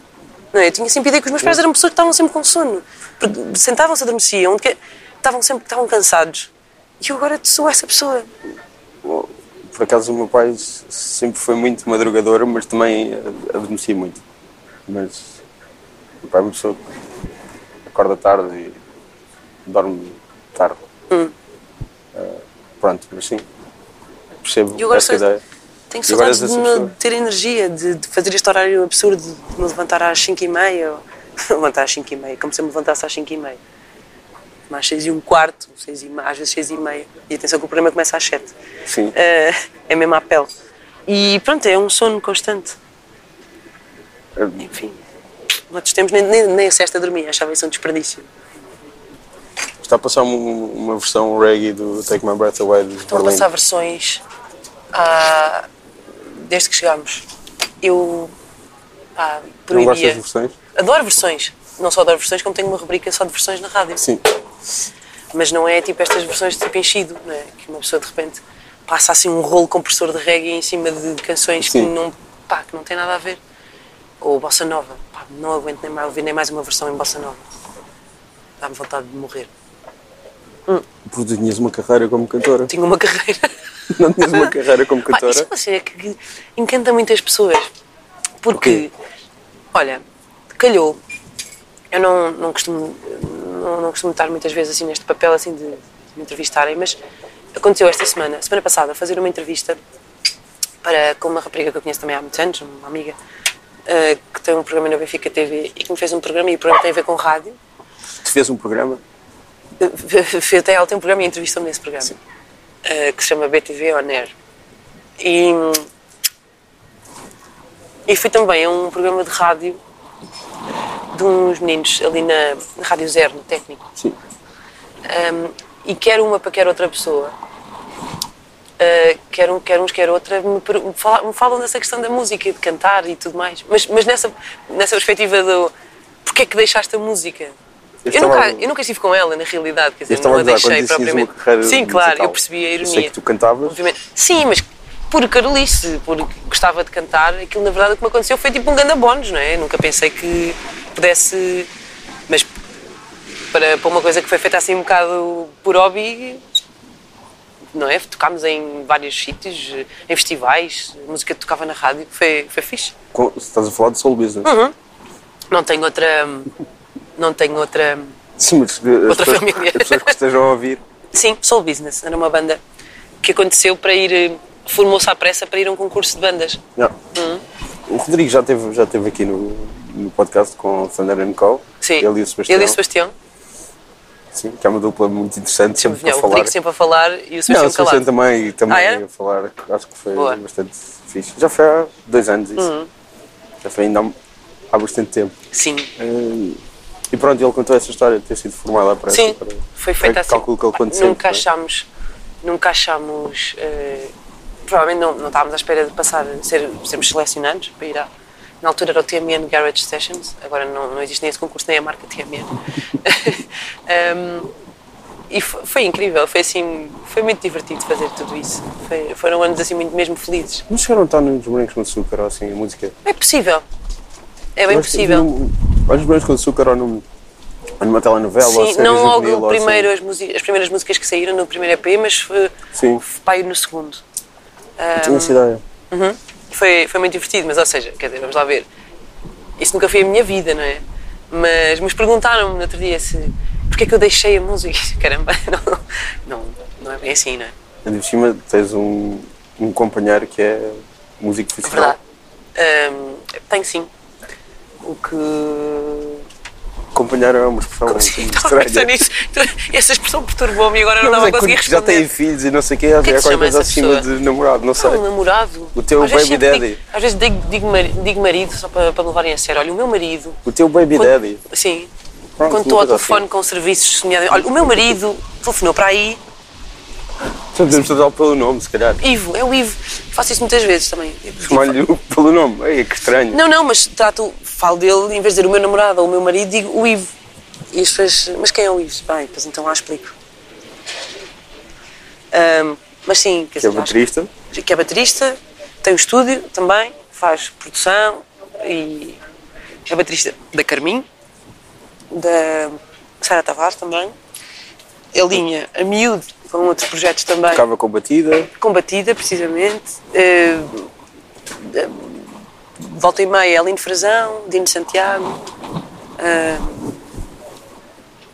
S2: Não, é? eu tinha sempre a ideia que os meus pais eram pessoas que estavam sempre com sono. Porque Sentavam-se, adormeciam, que- estavam sempre estavam cansados. E eu agora sou essa pessoa.
S1: Por acaso o meu pai sempre foi muito madrugador, mas também eh, adormeci muito. Mas o meu pai é uma pessoa que acorda tarde e dorme tarde.
S2: Hum.
S1: Eh, pronto, mas sim. Percebo
S2: E eu agora
S1: essa
S2: sou-
S1: ideia.
S2: Tenho
S1: E agora
S2: saudades
S1: és
S2: de,
S1: essa
S2: me-
S1: pessoa.
S2: de ter energia, de, de fazer este horário absurdo, de me levantar às 5h30, ou *laughs* levantar às 5h30, como se eu me levantasse às 5h30. Mais 6 e um quarto, seis e, me- às vezes 6 e meia. E atenção que o programa começa às 7.
S1: Sim.
S2: Eh, é mesmo à pele. E pronto, é um sono constante.
S1: Eh,
S2: Enfim. Noutros tempos nem, nem, nem a sexta dormia, achava isso um desperdício.
S1: Está a passar um- uma versão reggae do Take My Breath Away de
S2: Estão a
S1: Berlim.
S2: passar versões há- desde que chegámos. Eu ah,
S1: Não
S2: proibia.
S1: gostas de versões?
S2: Adoro versões. Não só adoro versões, como tenho uma rubrica só de versões na rádio.
S1: Sim.
S2: Mas não é tipo estas versões de tipo enchido, não é? Que uma pessoa de repente passa assim um rolo compressor de reggae em cima de canções que
S1: Sim.
S2: não, pá, que não tem nada a ver. Ou bossa nova. Pá, não aguento nem mais ouvir nem mais uma versão em bossa nova. Dá-me vontade de morrer.
S1: Porque tu tinhas uma carreira como cantora.
S2: Tinha uma *laughs* carreira.
S1: *laughs* Não tinhas uma carreira como
S2: *laughs* Pá, isso é
S1: cantora.
S2: uma cena que- que encanta muitas pessoas. Porque,
S1: quê?
S2: olha, calhou. Eu não, não, costumo, não, não costumo estar muitas vezes assim neste papel assim de, de me entrevistarem, mas aconteceu esta semana, semana passada, fazer uma entrevista para, com uma rapariga que eu conheço também há muitos anos, uma amiga, eh, que tem um programa na Benfica TV e que me fez um programa e o programa tem a ver com rádio.
S1: Tu fez um programa?
S2: *laughs* Fez até ela tem um programa e entrevistou-me nesse programa eh, que se chama BTV On Air. E, e fui também a um programa de rádio de uns meninos ali na, na Rádio Zero, no técnico.
S1: Sim.
S2: Um, e quer uma para quer outra pessoa, uh, quer, um, quer uns, quer outra, me, per- me fala- me falam dessa questão da música e de cantar e tudo mais. Mas, mas nessa, nessa perspectiva do porque é que deixaste a música?
S1: Eu
S2: Eu, nunca,
S1: estava-
S2: eu nunca estive com ela, na realidade, quer
S1: Eu
S2: dizer,
S1: estava
S2: não
S1: a
S2: a
S1: dizer, quando
S2: deixei
S1: dizias uma
S2: propriamente.
S1: carreira
S2: Sim, claro,
S1: musical,
S2: eu percebi a
S1: eu
S2: ironia.
S1: sei que tu cantavas.
S2: Obviamente. Sim, mas por carolice, por gostava de cantar, aquilo na verdade o que me aconteceu foi tipo um ganda bónus, não é? Nunca pensei que pudesse. Mas para, para uma coisa que foi feita assim um bocado por hobby, não é? Tocámos em vários sítios, em festivais, a música que tocava na rádio, foi, foi fixe.
S1: Com- Estás a falar de soul business.
S2: Uhum. Não tenho outra. Não tenho outra.
S1: Sim, mas uh, as
S2: Outra
S1: pessoas,
S2: família.
S1: as pessoas que estejam a ouvir.
S2: Sim, Soul Business, era uma banda que aconteceu para ir. eh, Formou-se à pressa para ir a um concurso de bandas.
S1: Não.
S2: Uhum.
S1: O Rodrigo já esteve já teve aqui no, no podcast com o Thunder and Co.
S2: Sim.
S1: Ele e o Sebastião.
S2: Ele e o Sebastião.
S1: Sim, que é uma dupla muito interessante, sempre
S2: Vinha
S1: para
S2: o
S1: falar.
S2: Rodrigo sempre a falar e o
S1: Não,
S2: Sebastião
S1: o Sebastião
S2: calado.
S1: também, também
S2: Ah, é?
S1: a falar, acho que foi
S2: Boa. Uhum.
S1: bastante fixe. Já foi há dois anos isso. Já foi ainda há, há bastante tempo.
S2: Sim.
S1: Eh, E pronto, ele contou essa história de ter sido formado à pressa.
S2: Sim,
S1: para-
S2: foi feita
S1: para-
S2: assim.
S1: Calculo é, que ele
S2: Pá,
S1: aconteceu.
S2: Nunca achámos, nunca achámos, eh, provavelmente não, não estávamos à espera de passar, ser, sermos selecionados para ir à, na altura era o TMN Garage Sessions, agora não, não existe nem esse concurso, nem é a marca TMN. *laughs* Um, e fo- foi, incrível, foi assim, foi muito divertido fazer tudo isso. Foi- foram anos assim muito mesmo felizes.
S1: Não chegaram a estar nos Brancos com Açúcar ou assim, a música?
S2: É possível, é bem
S1: Eu acho que
S2: possível.
S1: vi num- Ou nos Brancos com Açúcar ou, num, ou numa telenovela ou
S2: Sim,
S1: série
S2: não
S1: juvenil,
S2: logo
S1: ou
S2: o
S1: assim.
S2: primeiro, as, musi- as primeiras músicas que saíram no primeiro EP, mas foi,
S1: Sim.
S2: foi pai no segundo.
S1: Eu
S2: eh,
S1: tinha essa ideia.
S2: Uhum. Foi, foi muito divertido, mas ou seja, quer dizer, vamos lá ver. Isso nunca foi a minha vida, não é? Mas, mas perguntaram-me no outro dia se porque é que eu deixei a música. *laughs* Caramba, não, não, não é bem assim, não é?
S1: Ainda por cima tens um, um companheiro que é músico profissional.
S2: Verdade. Hum, tenho sim. O que
S1: Companheiro é uma expressão muito
S2: *laughs* Sim, estava a
S1: estranha.
S2: pensar nisso. Então, Essa expressão perturbou-me e agora não,
S1: Não, mas
S2: estava a
S1: é
S2: conseguir
S1: que já
S2: responder.
S1: têm filhos e não sei o quê, já
S2: que é
S1: é
S2: que se
S1: qualquer
S2: chama
S1: coisa
S2: essa
S1: acima
S2: pessoa?
S1: de namorado, não sei.
S2: Ah, um namorado.
S1: O teu
S2: Às vezes
S1: baby
S2: sempre
S1: daddy.
S2: Digo, às vezes digo, digo mari- digo marido só para, para me levarem a sério. Olha, o meu marido.
S1: O teu baby
S2: quando-
S1: daddy.
S2: Sim.
S1: Pronto,
S2: quando estou ao
S1: uma coisa assim.
S2: telefone com serviços semelhantes. Olha, o meu marido telefonou para aí.
S1: Já podemos tratar pelo nome, se calhar.
S2: Ivo, é o Ivo. Faço isso muitas vezes também.
S1: Chamar-lhe o- pelo nome. Ei, que estranho.
S2: Não, não, mas trato, falo dele, em vez de dizer o meu namorado ou o meu marido, digo o Ivo. E as pessoas, mas quem é o Ivo? Bem, pois então lá explico. Ahm, mas sim, quer
S1: Que é
S2: dizer, acho
S1: baterista.
S2: que é baterista, tem um estúdio também, faz produção e é baterista da Carminho, da Sara Tavares também. Alinha a miúdo com outros projetos também,
S1: Tocava com batida.
S2: combatida precisamente. Eh, eh, volta e meia, Aline Frazão, Dino Santiago. ah,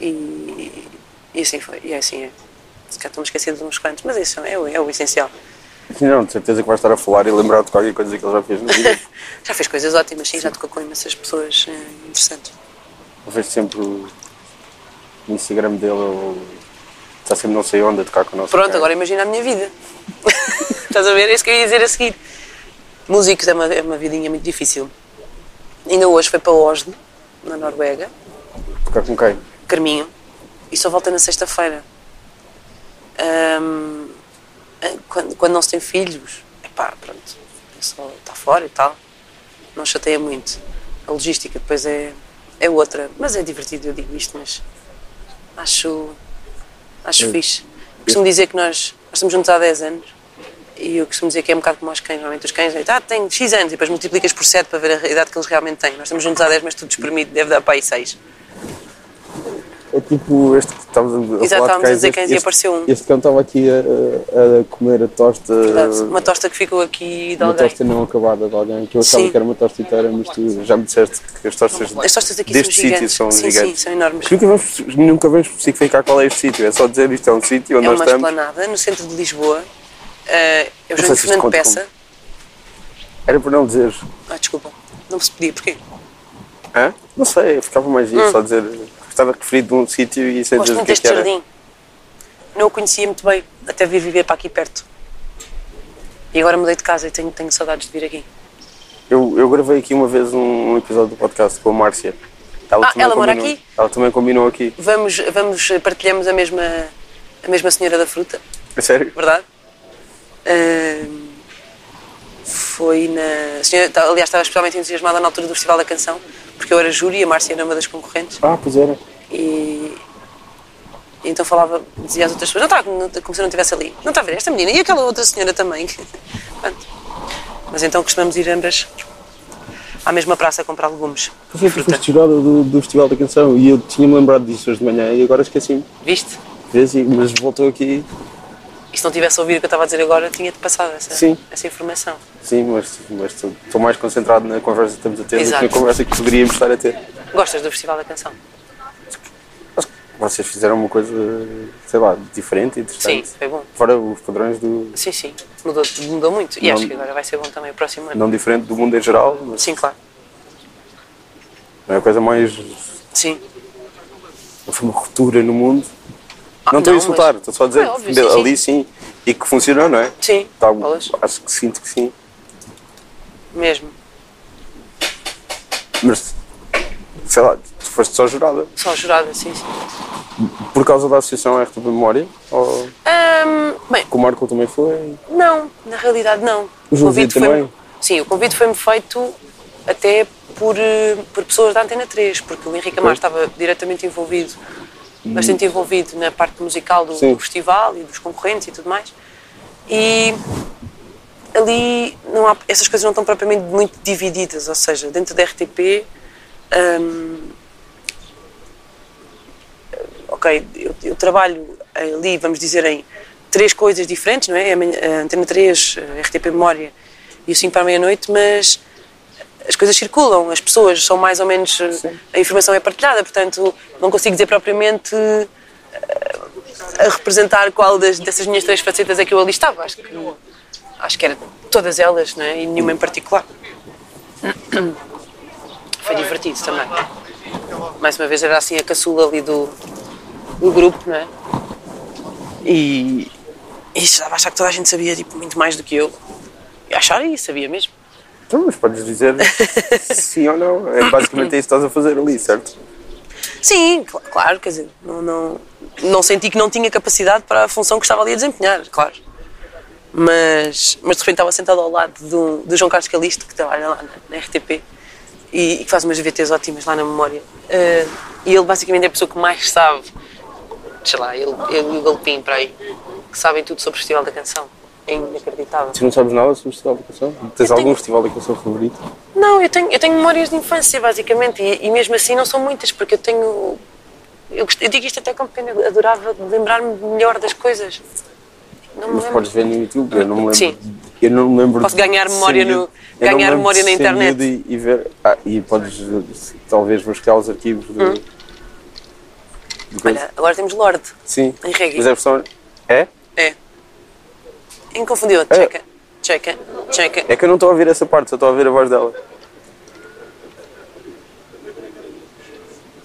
S2: e, e assim foi, e assim é. Se calhar estou-me esquecendo de uns quantos, mas isso é, o- é o essencial.
S1: Não, de certeza que vais estar a falar e lembrar de qualquer coisa que ele já fez
S2: *laughs*
S1: na vida.
S2: Já fez coisas ótimas, sim, já tocou com imensas pessoas eh, interessantes.
S1: Eu vejo sempre o o Instagram dele. Ele está sempre não sei onde a tocar com o nosso
S2: Pronto,
S1: cara.
S2: agora imagina a minha vida. *laughs* Estás a ver? É isso que eu ia dizer a seguir. Músicos é uma, é uma vidinha muito difícil. Ainda hoje foi para Oslo, na Noruega,
S1: Tocar com quem?
S2: Carminho, e só volta na sexta-feira. Ahm, eh, quando, quando não se tem filhos, epá, pronto, é só está fora e tal. Não chateia muito. A logística depois é, é outra. Mas é divertido, eu digo isto, mas acho, acho fixe. Costumo dizer que nós, nós estamos juntos há 10 anos E eu costumo dizer que é um bocado como aos cães, normalmente os cães, ah, tem X anos, e depois multiplicas por 7 para ver a idade que eles realmente têm. Nós estamos juntos há 10, mas tudo despermido, deve dar para aí 6.
S1: É tipo este que estávamos a falar.
S2: Exato, estávamos a dizer
S1: este-
S2: cães e
S1: este,
S2: apareceu um.
S1: Este cão estava aqui a, a- a comer a tosta.
S2: Verdade, Uma tosta que ficou aqui de
S1: Ah, uma
S2: alguém.
S1: tosta não acabada de alguém, que eu achava
S2: Sim.
S1: que era uma tosta inteira, mas tu já me disseste que as tostas
S2: As tostas aqui
S1: deste
S2: são
S1: sítio
S2: gigantes.
S1: são
S2: sim,
S1: gigantes.
S2: sim, são enormes.
S1: Nunca vamos, nunca vamos especificar qual é este sítio, é só dizer isto é um sítio onde
S2: É
S1: nós
S2: uma
S1: estamos.
S2: esplanada no centro de Lisboa. Eh, é
S1: sei
S2: o João
S1: se isto
S2: Fernando
S1: conta
S2: Peça.
S1: Era por não dizer.
S2: Ah, desculpa, não se podia, porquê?
S1: Hã? Não sei, ficava mais giro só dizer. Estava referido de um sítio e sem
S2: Hum. Gosto
S1: dizer o
S2: muito
S1: que, é que
S2: deste
S1: era.
S2: jardim. Não o conhecia muito bem, até vir viver para aqui perto. E agora mudei de casa e tenho, tenho saudades de vir aqui.
S1: Eu, eu gravei aqui uma vez um, um episódio do podcast com a Márcia. Ela
S2: Ah, ela mora
S1: combinou-
S2: aqui?
S1: Ela também combinou aqui.
S2: Vamos, vamos partilhamos a mesma, a mesma senhora da fruta,
S1: A É sério?
S2: verdade? Ahm, foi na. a senhora- ta- aliás, estava especialmente entusiasmada na altura do Festival da Canção, porque eu era júri e a Márcia era uma das concorrentes.
S1: Ah, pois era.
S2: E, e então falava, dizia às outras pessoas, não está, não- como se eu não estivesse ali. Não está a ver esta menina e aquela outra senhora também. *laughs* que- Pronto. Mas então costumamos ir ambas à mesma praça comprar legumes.
S1: Pois é, tu
S2: Fruta.
S1: foste jurada do, do Festival da Canção e eu tinha-me lembrado disso hoje de manhã e agora esqueci-me.
S2: Viste?
S1: Vês? E- Mas voltou aqui.
S2: E se não tivesse ouvido o que eu estava a dizer agora, tinha-te passado essa,
S1: Sim.
S2: essa informação.
S1: Sim, mas mas estou estou mais concentrado na conversa que estamos a ter do
S2: Exato.
S1: que na conversa que poderíamos estar a ter.
S2: Gostas do Festival da Canção?
S1: Vocês fizeram uma coisa, sei lá, diferente,
S2: Sim,
S1: interessante.
S2: foi bom.
S1: Fora os padrões do.
S2: Sim, sim. Mudou, mudou muito. E
S1: Não-
S2: acho que agora vai ser bom também o próximo ano.
S1: não diferente do mundo em geral, mas
S2: Sim, claro.
S1: é a coisa mais.
S2: Sim.
S1: Foi uma ruptura no mundo.
S2: Ah,
S1: não estou a
S2: mas-
S1: insultar, estou só a dizer
S2: Ah, é óbvio,
S1: que
S2: sim,
S1: ali sim. e que funcionou, não é?
S2: Sim,
S1: Tá,
S2: bolas.
S1: acho que sinto que sim.
S2: mesmo.
S1: Mas sei lá, tu foste só jurada
S2: Só jurada, sim, sim.
S1: por causa da associação RTP Memória, ou
S2: Ahm, bem,
S1: que o Marco também foi.
S2: Não, na realidade não.
S1: O João Vitor
S2: foi-me-
S1: também?
S2: Sim, o convite foi-me feito até por, eh, por pessoas da Antena 3, porque o Henrique Amar estava diretamente envolvido, Uhum. bastante envolvido na parte musical do,
S1: Sim.
S2: do festival e dos concorrentes e tudo mais. E ali não há, essas coisas não estão propriamente muito divididas, ou seja, dentro da RTP. hum, ok, eu, eu trabalho ali, vamos dizer, em três coisas diferentes, não é? A manhã- A Antena 3, a RTP Memória e o 5 para a meia-noite, mas as coisas circulam, as pessoas são mais ou menos. A informação é partilhada, portanto, não consigo dizer propriamente eh, a representar qual das, dessas minhas três facetas é que eu ali estava. Acho que, acho que era todas elas, não é? E nenhuma em particular. *clears throat* Foi divertido também. Mais uma vez era assim a caçula ali do, do grupo, não é? E, e estava a achar que toda a gente sabia tipo, muito mais do que eu. E achar e sabia mesmo.
S1: Então, mas podes
S2: *laughs*
S1: dizer sim ou não. É basicamente isso que estás a fazer ali, certo?
S2: Sim, cl- claro, quer dizer, não, não, não senti que não tinha capacidade para a função que estava ali a desempenhar, claro. Mas, mas de repente estava sentado ao lado do, do João Carlos Calisto, que trabalha lá na, na RTP e, e que faz umas VTs ótimas lá na memória. Eh, e ele basicamente é a pessoa que mais sabe, sei lá, ele, ele e o Galpim para aí, que sabem tudo sobre o Festival da Canção. É inacreditável.
S1: Tu não sabes nada sobre o Festival da Canção? Tens
S2: Eu
S1: algum
S2: tenho-
S1: festival da canção favorito?
S2: Não, eu tenho, eu tenho memórias de infância, basicamente, e, e mesmo assim não são muitas, porque eu tenho. Eu, gost- eu digo isto até com pena, eu adorava lembrar-me melhor das coisas. Não me
S1: Mas
S2: lembro.
S1: podes ver no YouTube, eu não me lembro.
S2: Sim.
S1: Eu não me lembro
S2: Posso
S1: de
S2: ganhar
S1: ser
S2: memória
S1: miúdo.
S2: no-
S1: Eu não
S2: ganhar
S1: me lembro de
S2: memória na
S1: ser
S2: internet.
S1: miúdo E, e ver. Ah, e podes se- talvez buscar os arquivos do. do coisa.
S2: Hum. Olha, agora temos Lorde,
S1: Sim.
S2: em reggae.
S1: Mas é a versão. É?
S2: É. Inconfundível, checa, checa, checa.
S1: É que eu não estou a ouvir essa parte, só estou a ouvir a voz dela.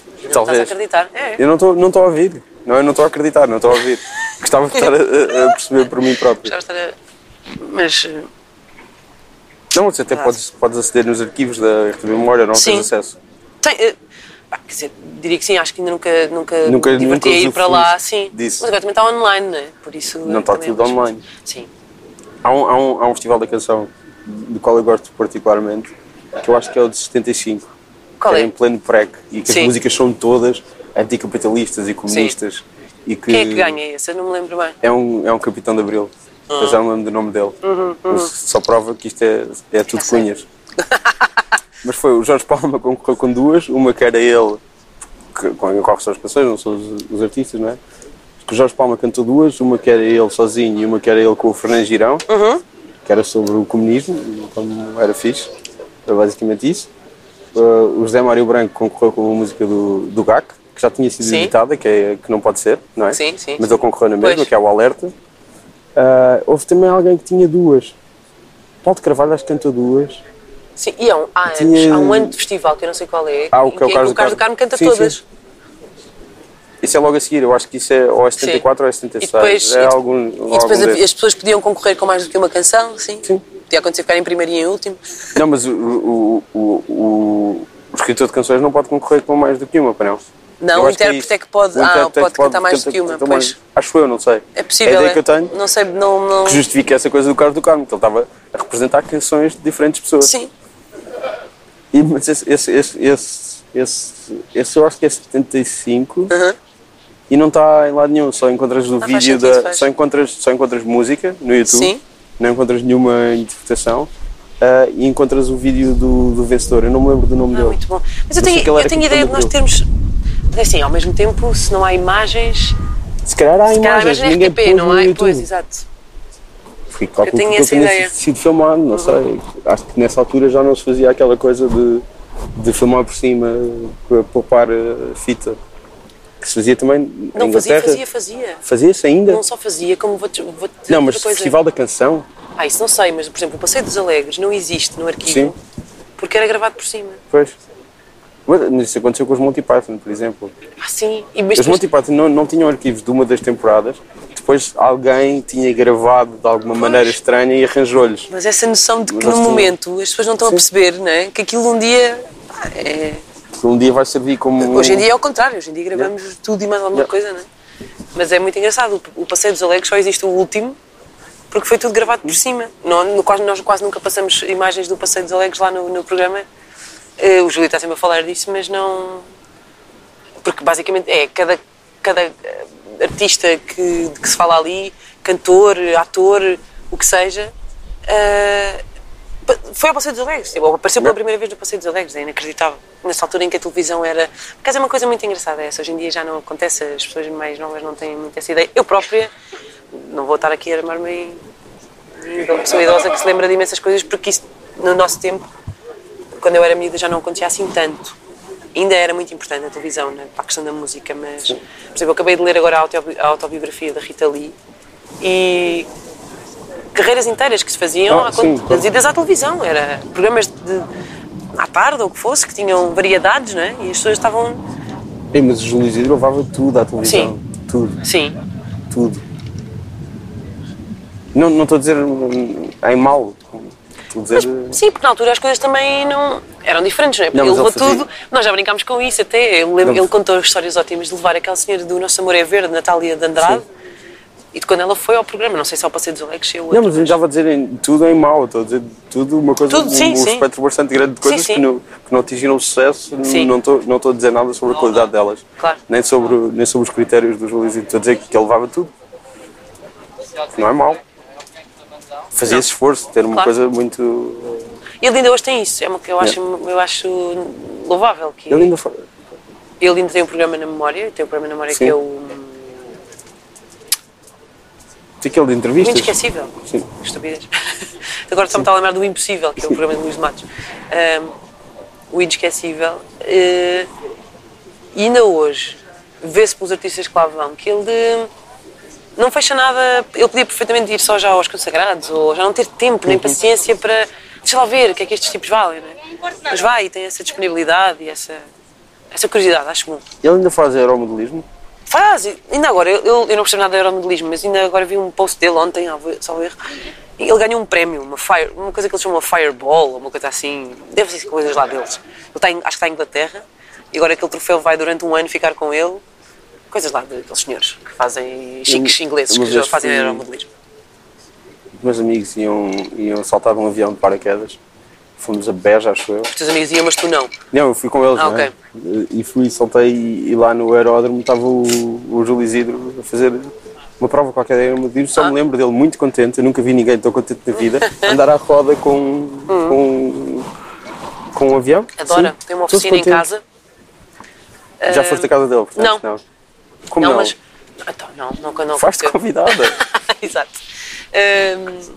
S2: Não estás a
S1: Talvez.
S2: acreditar? É.
S1: Eu não estou não estou a ouvir. Não, eu não estou a acreditar, não estou a ouvir. Gostava de estar a, a- a perceber por mim
S2: *laughs*
S1: próprio.
S2: Gostava de estar a- Mas. eh,
S1: Não, você até podes, podes aceder nos arquivos da RTB Memória, não
S2: Sim.
S1: tens acesso.
S2: Tem, eh, pá, quer dizer, diria que sim, acho que ainda nunca, nunca,
S1: Nunca-
S2: me diverti
S1: nunca
S2: a ir para lá,
S1: usufruíste
S2: sim.
S1: disso.
S2: Mas agora também está online, não é? Por isso.
S1: Não está
S2: também é
S1: tudo
S2: uma
S1: online.
S2: desculpa. Sim.
S1: Há um, há, um, há um festival da canção do qual eu gosto particularmente, que eu acho que é o de 75.
S2: Qual
S1: que
S2: é?
S1: Era em pleno prec e que
S2: Sim.
S1: as músicas são todas anticapitalistas e comunistas. E que
S2: é Quem é que ganha esse? Eu não me lembro bem.
S1: É um, é um capitão de abril. Eu já não lembro do nome dele.
S2: Uhum,
S1: Mas só prova que isto é, é tudo cunhas. Mas foi o Jorge Palma concorreu com duas, uma que era ele, que, com quem corre só as canções, não são os, os artistas, não é? Que o Jorge Palma cantou duas, uma que era ele sozinho e uma que era ele com o Fernando Girão,
S2: Uhum.
S1: que era sobre o comunismo, como era fixe, era basicamente isso. Uh, o José Mário Branco concorreu com uma música do, do GAC, que já tinha sido
S2: Sim.
S1: editada, que, é, que não pode ser, não é?
S2: Sim, sim,
S1: Mas
S2: sim.
S1: ele concorreu na mesma,
S2: Pois.
S1: que é o Alerta. Ah, houve também alguém que tinha duas. Paulo de Carvalho acho que cantou duas.
S2: Sim, e há um, há anos,
S1: Tinha-
S2: há um ano de festival que eu não sei qual é.
S1: Ah, o
S2: em
S1: que é o
S2: em
S1: Carlos
S2: o Carlos
S1: do
S2: do
S1: Carmo.
S2: Carmo canta
S1: Sim,
S2: todas.
S1: sim. Isso é logo a seguir, eu acho que isso é ou é 74 ou é
S2: E
S1: 76.
S2: depois,
S1: é
S2: e de-
S1: algum,
S2: e depois
S1: algum
S2: a-
S1: desses.
S2: as pessoas podiam concorrer com mais do que uma canção, sim.
S1: Sim.
S2: Podia acontecer ficar em primeiro e em último.
S1: Não, mas o, o, o, o- o escritor de canções não pode concorrer com mais do que uma, para não?
S2: Não,
S1: Eu
S2: o
S1: acho que é
S2: intérprete
S1: isso.
S2: é que pode-
S1: O
S2: ah,
S1: intérprete
S2: pode
S1: é que
S2: cantar mais do que uma,
S1: cantar mais.
S2: pois.
S1: Acho eu, não sei.
S2: É possível.
S1: A ideia
S2: é?
S1: que eu tenho
S2: Não sei, não. não...
S1: que justifica essa coisa do Carlos do Carmo, que ele estava a representar canções de diferentes pessoas.
S2: Sim.
S1: E, mas esse, esse, esse, esse, esse, esse eu acho que é 75
S2: Aham.
S1: e não está em lado nenhum, só encontras o
S2: faz
S1: vídeo
S2: sentido,
S1: da.
S2: faz.
S1: Só encontras, só encontras música no YouTube,
S2: Sim.
S1: não encontras nenhuma interpretação ah, e encontras o vídeo do, do vencedor. Eu não me lembro do nome
S2: Ah,
S1: dele.
S2: muito bom. Mas eu
S1: Não sei
S2: tenho,
S1: que ele
S2: eu
S1: era
S2: tenho
S1: capitão
S2: ideia
S1: do
S2: de nós
S1: grupo.
S2: termos. mas Assim, ao mesmo tempo, se não há imagens.
S1: Se calhar há
S2: Se calhar é há
S1: imagens,
S2: imagens
S1: ninguém
S2: na RTP,
S1: pôs
S2: não
S1: no
S2: há?
S1: YouTube.
S2: Pois, exato.
S1: Fui calculo
S2: tenho
S1: que
S2: essa
S1: tenha
S2: ideia.
S1: sido filmado, não sei. Acho que nessa altura já não se fazia aquela coisa de, de filmar por cima, para poupar a fita. Que se fazia também na
S2: Não fazia,
S1: Inglaterra.
S2: fazia, fazia.
S1: Fazia-se ainda?
S2: Não só fazia, como vou, vou
S1: Não, mas
S2: outra coisa.
S1: Festival da Canção?
S2: Ah, isso não sei, mas por exemplo, o Passeio dos Alegres não existe no arquivo porque era gravado por cima.
S1: Pois. Mas Isso aconteceu com os Monty Python, por exemplo.
S2: Ah, sim. E, mas
S1: Os
S2: depois-
S1: Monty Python não, não tinham arquivos de uma das temporadas. Depois alguém tinha gravado de alguma maneira estranha e arranjou-lhes.
S2: Mas essa noção de que
S1: Mas
S2: no
S1: eles tinham-
S2: momento as pessoas não estão a perceber, não é? Que aquilo um dia. pá, é-
S1: Que um dia vai servir como...
S2: Hoje em dia é ao contrário, hoje em dia gravamos tudo e mais alguma
S1: Yeah.
S2: coisa, não é? Mas é muito engraçado, o o Passeio dos Alegres só existe o último porque foi tudo gravado por cima. Não, no, quase, nós quase nunca passamos imagens do Passeio dos Alegres lá no, no programa. Eh, o Júlio está sempre a falar disso, mas não. Porque basicamente é cada, cada eh, artista que, de que se fala ali, cantor, ator, o que seja, eh, Pa- Foi ao Passeio dos Alegres, tipo, apareceu pela
S1: Não.
S2: primeira vez no Passeio dos Alegres, é inacreditável. Nessa altura em que a televisão era. Por acaso é uma coisa muito engraçada essa, hoje em dia já não acontece, as pessoas mais novas não têm muito essa ideia. Eu própria não vou estar aqui a armar-me em- em uma pessoa idosa que se lembra de imensas coisas, porque isso no nosso tempo, quando eu era miúda, já não acontecia assim tanto. Ainda era muito importante a televisão né, para a questão da música, mas. Por exemplo, eu acabei de ler agora a autobi- a autobiografia da Rita Lee e carreiras inteiras que se faziam
S1: Ah,
S2: à cont-
S1: sim, claro.
S2: das idas à televisão. Era programas de à tarde ou o que fosse, que tinham variedades, não é? E as pessoas estavam.
S1: Ei, mas o Júlio Isidro levava tudo à televisão.
S2: Sim.
S1: Tudo,
S2: Sim.
S1: tudo. Não não estou a dizer hum, em mal. Estou a dizer...
S2: Sim, porque na altura as coisas também não. eram diferentes, não é? Porque
S1: Não,
S2: ele
S1: mas
S2: levou
S1: ele fazia-
S2: tudo. Nós já brincámos com isso até. Eu lembro-
S1: Não.
S2: Ele contou histórias ótimas de levar aquela senhora do Nosso Amor é Verde, Natália de Andrade. E de quando ela foi ao programa, não sei se é ao Passeio dos Alegres, eu
S1: Não, mas eu já estava a dizer em- tudo em mal, estou a dizer tudo uma coisa,
S2: Tudo, sim,
S1: um, um
S2: sim.
S1: espectro bastante grande de coisas
S2: Sim, sim.
S1: Que, não, que não atingiram o sucesso, n-
S2: Sim.
S1: não estou não estou a dizer nada sobre a qualidade delas,
S2: Claro.
S1: nem, sobre, o- nem sobre os critérios dos Lisito, estou a dizer que ele levava tudo, que não é mau. Fazia esse esforço, ter uma
S2: Claro.
S1: coisa muito...
S2: Ele ainda hoje tem isso, é uma que eu acho, eu acho louvável. Que
S1: Ele ainda fa-
S2: Ele ainda tem um programa na memória, tem um programa na memória
S1: Sim.
S2: que é o hum,
S1: tem aquele de entrevistas.
S2: Muito esquecível.
S1: Sim.
S2: Estupidez. *laughs* Agora só me está a lembrar do Impossível, que é o programa de Luís de Matos. Ahm, o Inesquecível. eh, e ainda hoje, vê-se pelos artistas que lá vão que ele eh, não fecha nada. Ele podia perfeitamente ir só já aos consagrados, ou já não ter tempo
S1: Uhum.
S2: nem paciência para. Deixa lá ver o que é que estes tipos valem, não é? Mas vai e tem essa disponibilidade e essa, essa curiosidade, acho muito.
S1: Ele ainda faz aeromodelismo,
S2: Faz, ainda agora, eu, eu, eu não percebo nada de aeromodelismo, mas ainda agora vi um post dele ontem, só erro. e Ele ganhou um prémio, uma, fire, uma coisa que eles chamam Fireball, ou uma coisa assim, deve ser coisas lá deles. Ele está em- acho que está em Inglaterra, e agora aquele troféu vai durante um ano ficar com ele. Coisas lá daqueles senhores que fazem chiques
S1: Eu-
S2: ingleses
S1: uma
S2: que já
S1: vez
S2: fazem
S1: fui-
S2: aeromodelismo.
S1: os meus amigos iam, iam saltar de um avião de paraquedas, fomos a Beja, acho eu,
S2: Os teus amigos iam, mas tu não.
S1: Não, eu fui com eles,
S2: Ah,
S1: não é? E fui, soltei e, e lá no aeródromo estava o, o Júlio Isidro a fazer uma prova qualquer era uma só
S2: Ah.
S1: me lembro dele muito contente, eu nunca vi ninguém tão contente na vida, andar à roda com, com, com um avião.
S2: Hum. Adora,
S1: Sim,
S2: tem uma
S1: todo
S2: oficina em
S1: contente.
S2: casa.
S1: Já foste à casa dele, portanto?
S2: não.
S1: Como não?
S2: mas. Então, não, nunca não
S1: Faz-te
S2: aconteceu.
S1: convidada.
S2: *laughs* Exato. Hum,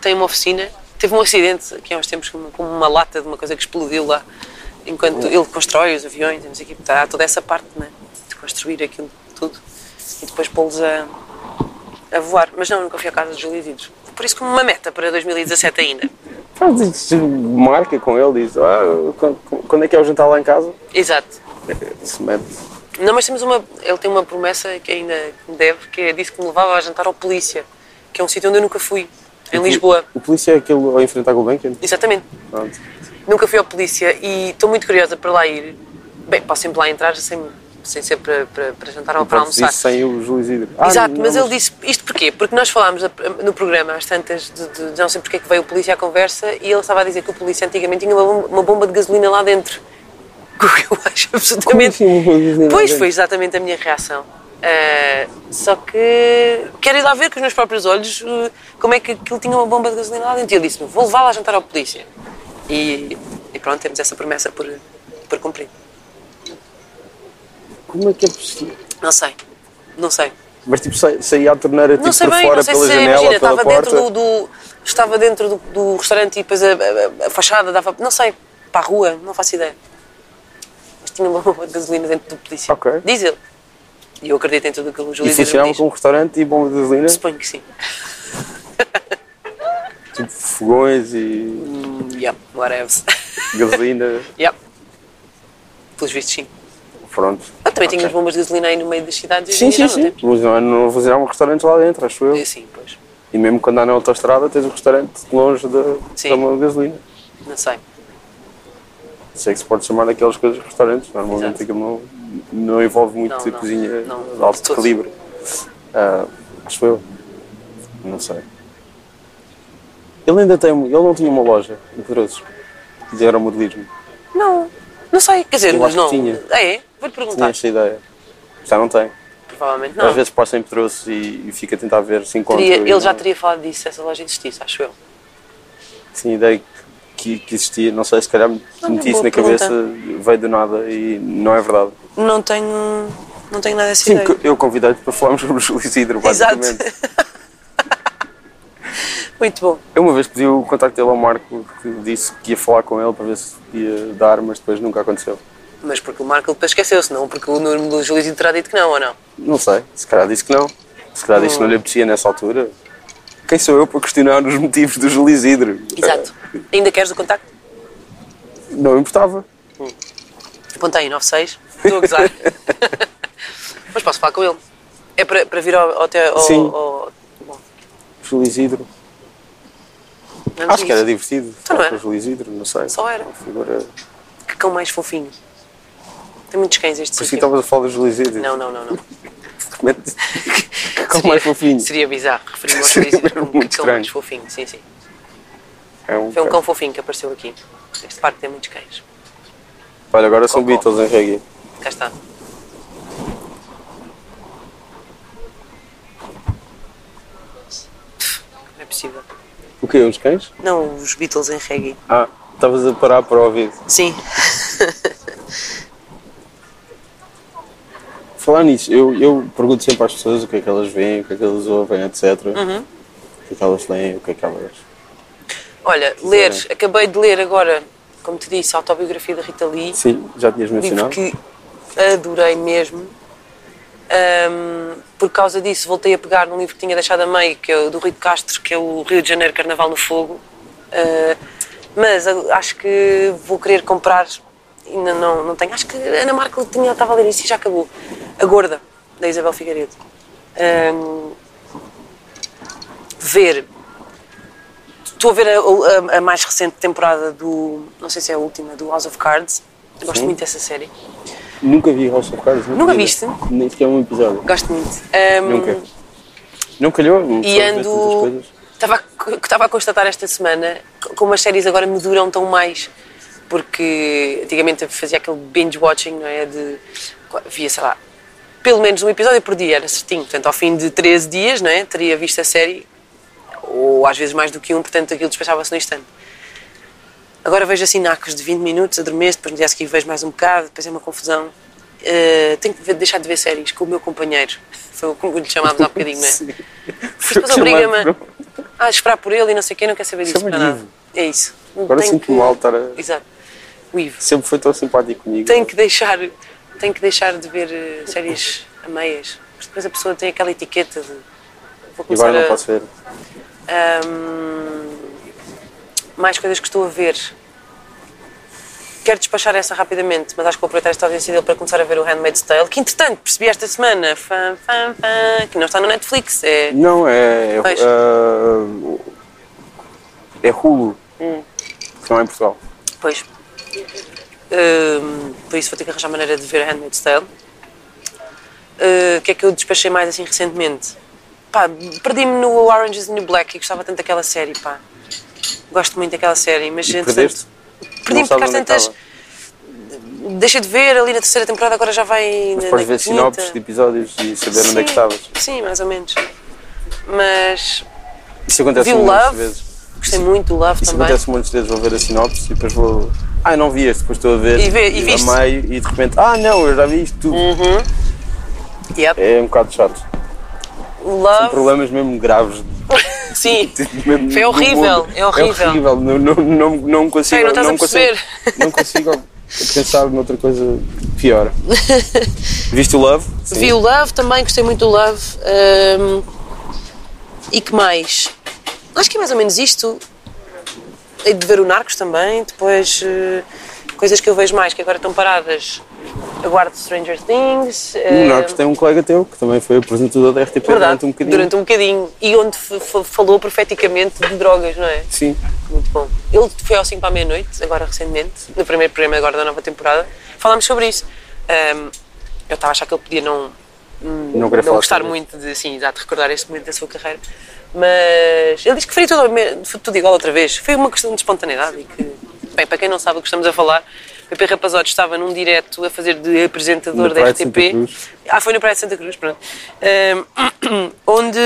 S2: tem uma oficina. Teve um acidente aqui há uns tempos com uma, com uma lata de uma coisa que explodiu lá enquanto ele constrói os aviões. e não sei o quê. Portanto, Há toda essa parte né, de construir aquilo tudo e depois pô-los a, a voar. Mas não, nunca fui à casa dos Lididos. Por isso, como uma meta para 2017 ainda.
S1: Faz isso, marca com ele, diz, ah, quando, quando é que é o jantar lá em casa?
S2: Exato.
S1: Se mete.
S2: Não, mas temos uma. Ele tem uma promessa que ainda me deve, que é disse que me levava a jantar ao Polícia, que é um sítio onde eu nunca fui, em Lisboa.
S1: O polícia é aquele ao enfrentar com o Benken?
S2: Exatamente.
S1: Pronto.
S2: Nunca fui ao Polícia e estou muito curiosa para lá ir. Bem, posso sempre lá entrar sem, sem ser para, para, para jantar ou para
S1: Pronto,
S2: almoçar.
S1: isso sem o Juiz ah,
S2: Exato,
S1: não,
S2: mas ele disse isto porquê? Porque nós falámos a- no programa às tantas de, de- de não sei porque é que veio o polícia à conversa e ele estava a dizer que o polícia antigamente tinha uma bomba, uma bomba de gasolina lá dentro. *laughs* O que eu acho
S1: assim
S2: absolutamente.
S1: uma bomba de gasolina lá
S2: pois
S1: dentro?
S2: foi exatamente a minha reação. Ah, só que quero ir lá ver com os meus próprios olhos ah, como é que aquilo tinha uma bomba de gasolina lá dentro. E ele disse-me: vou levá-la a jantar ao polícia. E, e pronto, temos essa promessa por, por cumprir.
S1: Como é que é possível?
S2: Não sei, não sei.
S1: Mas tipo, sa- saía a torneira tipo,
S2: Não sei
S1: para
S2: bem,
S1: fora,
S2: não sei
S1: pela
S2: se é,
S1: janela,
S2: imagina,
S1: pela
S2: estava
S1: porta.
S2: dentro do, do- estava dentro do, do restaurante e depois a, a- a fachada dava, não sei, para a rua, não faço ideia. Mas tinha uma *laughs* bomba de gasolina dentro do polícia.
S1: Ok.
S2: Diz ele. E eu acredito em tudo o que o
S1: E
S2: Júlio diz.
S1: funcionava com um restaurante e bomba de gasolina,
S2: Suponho que sim.
S1: tipo fogões e
S2: Hum, Yep, whatever. *laughs*
S1: gasolina.
S2: yep. Pelos vistos, sim.
S1: Pronto.
S2: Ah, também
S1: Ok.
S2: tinha as bombas de gasolina aí no meio das cidades.
S1: Sim,
S2: hoje em
S1: sim,
S2: dia já
S1: sim. Mas não, não funcionava um restaurante lá dentro, acho eu.
S2: Não sim, assim, pois.
S1: E mesmo quando há na autostrada, tens o restaurante longe da,
S2: Sim.
S1: da bomba de gasolina.
S2: Não sei.
S1: Sei que se pode chamar daquelas coisas de restaurantes. Normalmente
S2: Exato.
S1: aquilo não, não envolve muito
S2: Não,
S1: de
S2: não,
S1: cozinha
S2: não,
S1: de alto
S2: de todo.
S1: calibre. Ah, acho eu. Não sei. Ele ainda tem. Ele não tinha uma loja em Pedrosos de aeromodelismo.
S2: Tá. Não, não sei. Quer dizer,
S1: Eu
S2: mas
S1: acho que
S2: não.
S1: tinha.
S2: Ah, é? Vou-lhe
S1: Tinha
S2: perguntar.
S1: esta ideia. Já não tem.
S2: Provavelmente não.
S1: Às vezes passa em Pedrosos e, e fica a tentar ver se encontra.
S2: Teria-
S1: e
S2: ele já
S1: não-
S2: teria falado disso se essa loja existisse, acho eu.
S1: Tinha assim, ideia que, que existia. Não sei, se calhar me
S2: Olha,
S1: meti isso
S2: é boa
S1: na
S2: pergunta.
S1: cabeça, veio do nada e não é verdade.
S2: Não tenho, não tenho nada dessa
S1: Sim,
S2: ideia.
S1: que eu convidei-te para falarmos sobre o Júlio Isidro,
S2: *laughs* Exato.
S1: basicamente.
S2: Muito bom.
S1: Eu uma vez pedi o contacto dele ao Marco, que disse que ia falar com ele para ver se ia dar, mas depois nunca aconteceu.
S2: Mas porque o Marco depois esqueceu-se, não? Porque o número do Julizito terá dito que não, ou não?
S1: Não sei, se calhar disse que não. Se calhar disse que não lhe apetecia nessa altura. Quem sou eu para questionar os motivos do Júlio Isidro?
S2: Exato.
S1: É.
S2: Ainda queres o contacto?
S1: Eh, Não importava.
S2: Apontei 96. Estou a
S1: *laughs*
S2: gozar. Mas posso falar com ele. É para, para vir ao, ao, te- ao,
S1: Sim.
S2: ao- bom,
S1: Júlio Isidro.
S2: não
S1: Acho
S2: diz
S1: que era
S2: isso.
S1: divertido falar
S2: era.
S1: com o Júlio Isidro, não sei.
S2: Só era.
S1: Uma figura...
S2: Que cão mais fofinho. Tem muitos cães este
S1: Por isso que
S2: sítio.
S1: estavas a falar do Júlio Isidro. *laughs*
S2: Não, não, não, não.
S1: Como é que- Como mais fofinho.
S2: Seria bizarro referir-me ao
S1: Seria
S2: Julizito como
S1: muito
S2: que um cão mais
S1: estranho.
S2: fofinho. Sim, sim.
S1: É um
S2: Foi um
S1: bocado.
S2: cão fofinho que apareceu aqui. Este parque tem muitos cães.
S1: Olha, agora são
S2: Cocó.
S1: Beatles em reggae.
S2: Cá está. Não é possível.
S1: O quê? Uns cães?
S2: Não, os Beatles em reggae.
S1: Ah, estavas a parar para ouvir.
S2: Sim.
S1: Falar nisso, eu, eu pergunto sempre às pessoas o que é que elas veem, o que é que elas ouvem, etc.
S2: Uhum.
S1: O que é que elas leem, o que é que elas.
S2: Olha, ler, acabei de ler agora, como te disse, a autobiografia da Rita Lee.
S1: Sim, já tinhas
S2: livro
S1: mencionado.
S2: que adorei mesmo. Ahm, por causa disso, voltei a pegar num livro que tinha deixado a meio, que é o do Rui de Castro, que é o Rio de Janeiro Carnaval no Fogo. Ah, mas a- acho que vou querer comprar, ainda não, não tenho. Acho que a Ana Markel tinha, estava a ler isso e já acabou. A Gorda, da Isabel Figueiredo. Ahm, ver. Estou a ver a, a- a mais recente temporada do. Não sei se é a última, do House of Cards. Eu Gosto muito dessa série.
S1: Nunca vi House of Cards.
S2: Nunca
S1: vi. né?
S2: viste?
S1: Nem sequer um episódio.
S2: Gosto muito. Ahm,
S1: Nunca. Não calhou? não sabes
S2: E
S1: tantas
S2: ando. um
S1: coisas.
S2: Estava a, co- estava a constatar esta semana co- como as séries agora me duram tão mais. Porque antigamente eu fazia aquele binge-watching, não é? De, via, sei lá, pelo menos um episódio por dia, era certinho. Portanto, ao fim de 13 dias, não é? Teria visto a série, ou às vezes mais do que um, portanto aquilo despachava-se no instante. Agora vejo assim nacos de 20 minutos, adormeço, depois no dia seguinte vejo mais um bocado, depois é uma confusão. Eh, tenho que ver- deixar de ver séries com o meu companheiro. *laughs* Foi como lhe chamámos há bocadinho, não é?
S1: Sim.
S2: Porque depois obriga-me a esperar por ele e não sei quem, não quer saber disso
S1: Chama-lhe
S2: para nada.
S1: Ivo.
S2: É isso.
S1: Agora
S2: Tenho
S1: sinto-me mal tá? estar a...
S2: Exato. O Ivo.
S1: Sempre foi tão simpático comigo.
S2: Tenho que deixar, tenho que deixar de ver eh, séries a meias. Porque depois a pessoa tem aquela etiqueta de.
S1: E
S2: Vou começar
S1: agora não
S2: a-
S1: posso ver.
S2: Ahm, mais coisas que estou a ver. Quero despachar essa rapidamente, mas acho que vou aproveitar esta audiência dele para começar a ver o Handmaid's Tale, que entretanto percebi esta semana, fã, fã, fã, que não está no Netflix. É,
S1: Não, é... É,
S2: Pois.
S1: ah, é Hulu.
S2: Hum.
S1: Que não é em Portugal.
S2: pois. Ahm, por isso vou ter que arranjar maneira de ver o Handmaid's Tale. Ah, O que é que eu despachei mais assim recentemente? Pá, perdi-me no Orange is the New Black e gostava tanto daquela série, pá. Gosto muito daquela série, mas
S1: E
S2: entretanto-
S1: perdeste?
S2: Perdi-me
S1: Não sabes
S2: porque às
S1: onde é
S2: tantas.
S1: acaba.
S2: deixei de ver ali na terceira temporada, agora já vai na,
S1: Depois
S2: na
S1: ver
S2: quinta.
S1: sinopses de episódios e saber onde é que
S2: Sim,
S1: estavas.
S2: Sim, mais ou menos. Mas
S1: Isso acontece
S2: vi o
S1: muitas
S2: Love,
S1: vezes.
S2: gostei muito do Love
S1: Isso
S2: também.
S1: acontece muitas vezes, vou ver a sinopse e depois vou. Ah, não vi este, depois estou a ver.
S2: E vê- e viste? Uhum.
S1: a meio e de repente, ah não, eu já vi isto tudo.
S2: Yep.
S1: É um bocado chato.
S2: O Love,
S1: Problemas mesmo graves.
S2: sim.
S1: mesmo
S2: Foi
S1: do
S2: horrível,
S1: mundo.
S2: é horrível.
S1: É horrível, não, não, não, não consigo.
S2: Ei, não estás a
S1: consigo, não consigo pensar noutra coisa
S2: *laughs*
S1: pior. Viste o Love? Sim.
S2: Vi o Love também, gostei muito do Love. Ahm, e que mais? Acho que é mais ou menos isto. Hei de ver o Narcos também, depois eh, coisas que eu vejo mais que agora estão paradas. Aguardo Stranger Things.
S1: O
S2: ahm,
S1: Narcos tem um colega teu que também foi apresentador da RTP durante
S2: eh, Verdade,
S1: um bocadinho.
S2: durante um bocadinho. E onde f- f- falou profeticamente de drogas, não é?
S1: Sim.
S2: Muito bom. Ele foi ao 5 para a meia-noite, agora recentemente, no primeiro programa agora da nova temporada. Falámos sobre isso. Ahm, eu estava a achar que ele podia não,
S1: Não queria falar
S2: gostar
S1: sobre
S2: muito de, sim, exato, recordar este momento da sua carreira. Mas ele diz que faria tudo, ao me- tudo igual outra vez. Foi uma questão de espontaneidade e que, bem, para quem não sabe o que estamos a falar, Pepe Rapazote estava num direto a fazer de apresentador
S1: No
S2: da
S1: Praia de Santa
S2: RTP.
S1: Cruz.
S2: Ah, foi no Praia de Santa Cruz, pronto. Ahm, *clears throat* onde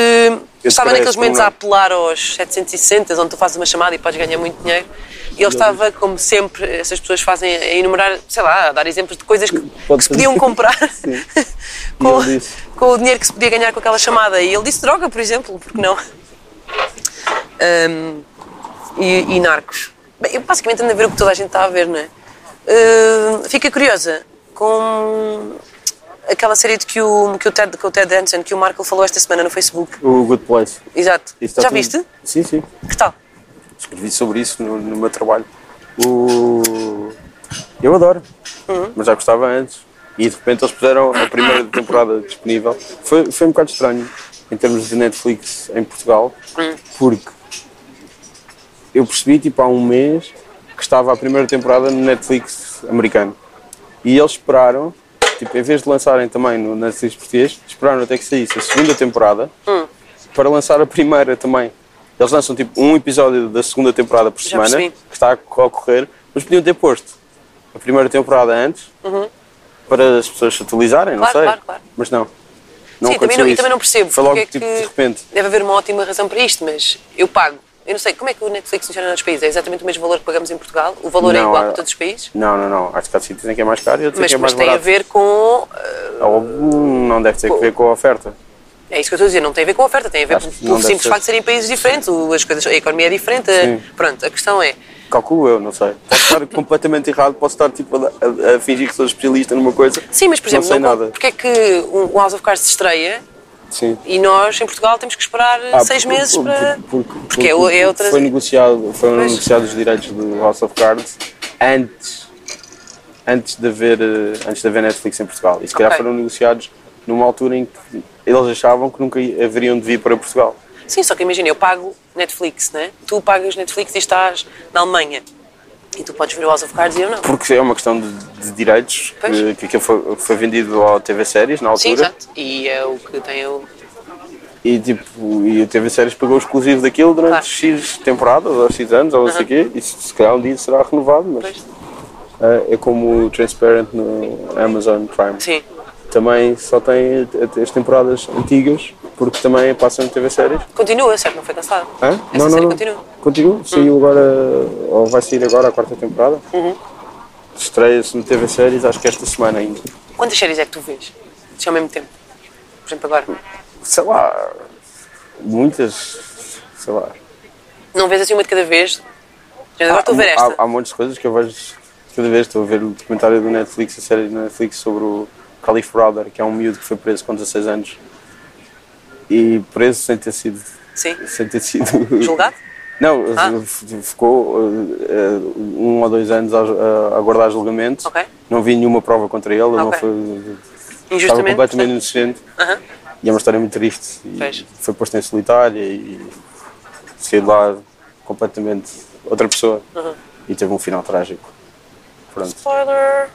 S2: estava
S1: parece
S2: naqueles momentos
S1: um
S2: a
S1: nome.
S2: apelar aos 760, onde tu fazes uma chamada e podes ganhar muito dinheiro. E ele estava, como sempre, essas pessoas fazem, a enumerar, sei lá, a dar exemplos de coisas que,
S1: Pode
S2: que se podiam
S1: fazer.
S2: comprar
S1: *laughs* Sim.
S2: com,
S1: ele disse.
S2: com o dinheiro que se podia ganhar com aquela chamada. E ele disse droga, por exemplo, porque não? Ahm, e, e narcos. Bem, eu basicamente ando a ver o que toda a gente está a ver, não é? Ahm, fica curiosa com aquela série de que o, que o Ted, que o Ted Danson, que o Marco falou esta semana no Facebook.
S1: O Good Place.
S2: Exato.
S1: Isso está
S2: Já
S1: tudo-
S2: viste?
S1: Sim, sim.
S2: Que tal?
S1: Escrevi sobre isso no, no meu trabalho. O... Eu adoro, mas já gostava antes. E de repente eles puseram a primeira temporada disponível. Foi, foi um bocado estranho em termos de Netflix em Portugal, porque eu percebi tipo há um mês que estava a primeira temporada no Netflix americano. E eles esperaram, tipo, em vez de lançarem também no Netflix português, esperaram até que saísse a segunda temporada para lançar a primeira também. Eles lançam tipo um episódio da segunda temporada por semana,
S2: percebi.
S1: que está a ocorrer, mas podiam ter posto a primeira temporada antes para as pessoas se atualizarem, não
S2: Uhum. Claro,
S1: sei.
S2: claro, claro.
S1: Mas não. Não
S2: Sim, também
S1: aconteceu
S2: não, e
S1: isso.
S2: também não percebo.
S1: Foi logo
S2: porque
S1: tipo,
S2: é que
S1: de repente.
S2: Deve haver uma ótima razão para isto, mas eu pago. Eu não sei, como é que o Netflix funciona nos países? É exatamente o mesmo valor que pagamos em Portugal? O valor é
S1: Não,
S2: igual
S1: é-
S2: para todos os países?
S1: Não, não, não. Acho que há sítios em que é mais caro e outros em
S2: Mas,
S1: que é mais
S2: mas tem a
S1: barato.
S2: ver com. eh,
S1: Ou, hum, não deve ter que ver com a oferta.
S2: É isso que eu estou a dizer, não tem a ver com a oferta, tem a ver
S1: Acho
S2: com
S1: que
S2: o
S1: não deve
S2: simples
S1: ser.
S2: facto de serem países diferentes, o- as coisas, a economia é diferente. a-
S1: Sim.
S2: Pronto, a questão é.
S1: Calculo eu, não sei. Posso
S2: *laughs*
S1: estar completamente errado, posso estar tipo, a, a- a fingir que sou especialista numa coisa.
S2: Sim, mas por exemplo,
S1: não sei
S2: não-
S1: nada.
S2: porque é que o House of Cards se estreia
S1: Sim.
S2: e nós em Portugal temos que esperar eh,
S1: Ah,
S2: seis
S1: porque-
S2: meses
S1: porque-
S2: para.
S1: Porque,
S2: porque é o- é outra-
S1: Foi negociado, foram
S2: Pois.
S1: negociados os direitos do House of Cards antes, antes, de, haver, eh, antes de haver Netflix em Portugal. E se calhar
S2: Ok.
S1: foram negociados numa altura em que eles achavam que nunca haveriam de vir para Portugal.
S2: Sim, só que imagina, eu pago Netflix, né? Tu pagas Netflix e estás na Alemanha. E tu podes ver o House of Cards e eu não.
S1: Porque é uma questão de, de direitos
S2: Pois.
S1: que, que aquilo foi, foi vendido ao TV Séries na
S2: Sim,
S1: altura.
S2: exato. E é o que tem o.
S1: E tipo, e o TV Séries pagou exclusivo daquilo durante
S2: Claro.
S1: X temporadas, ou X anos, ou não sei o quê, e se, se calhar um dia será renovado, mas
S2: Pois.
S1: é eh, é como o Transparent no Amazon Prime.
S2: Sim.
S1: também só tem as temporadas antigas, porque também passam na TV séries.
S2: Continua, certo? Não foi cansado?
S1: Hã?
S2: Essa série continua. Hum.
S1: Continua. Saiu agora, ou vai sair agora a quarta temporada.
S2: Uhum.
S1: Estreia-se no TV séries, acho que esta semana ainda.
S2: Quantas séries é que tu vês? Se ao mesmo tempo? Por exemplo, agora.
S1: Sei lá, muitas, sei lá.
S2: Não vês assim uma de cada vez? Mas Agora estou a ver
S1: Ah, Há-
S2: esta.
S1: Há, há montes de coisas que eu vejo cada vez. Estou a ver o documentário do Netflix, a série do Netflix sobre o Calif Browder, que é um miúdo que foi preso com 16 anos. E preso sem ter sido.
S2: Sim.
S1: Sem ter sido. *laughs*
S2: Julgado?
S1: Não,
S2: Ah.
S1: f- ficou eh, eh, um ou dois anos a, a aguardar julgamento.
S2: Ok.
S1: Não vi nenhuma prova contra ele. Não
S2: Ok.
S1: foi, estava
S2: Injustamente,
S1: completamente
S2: portanto.
S1: inocente.
S2: Aham.
S1: E é uma história muito triste. E
S2: Pois.
S1: foi posto em solitária e saiu de lá completamente outra pessoa. E teve um final trágico. Pronto.
S2: Spoiler!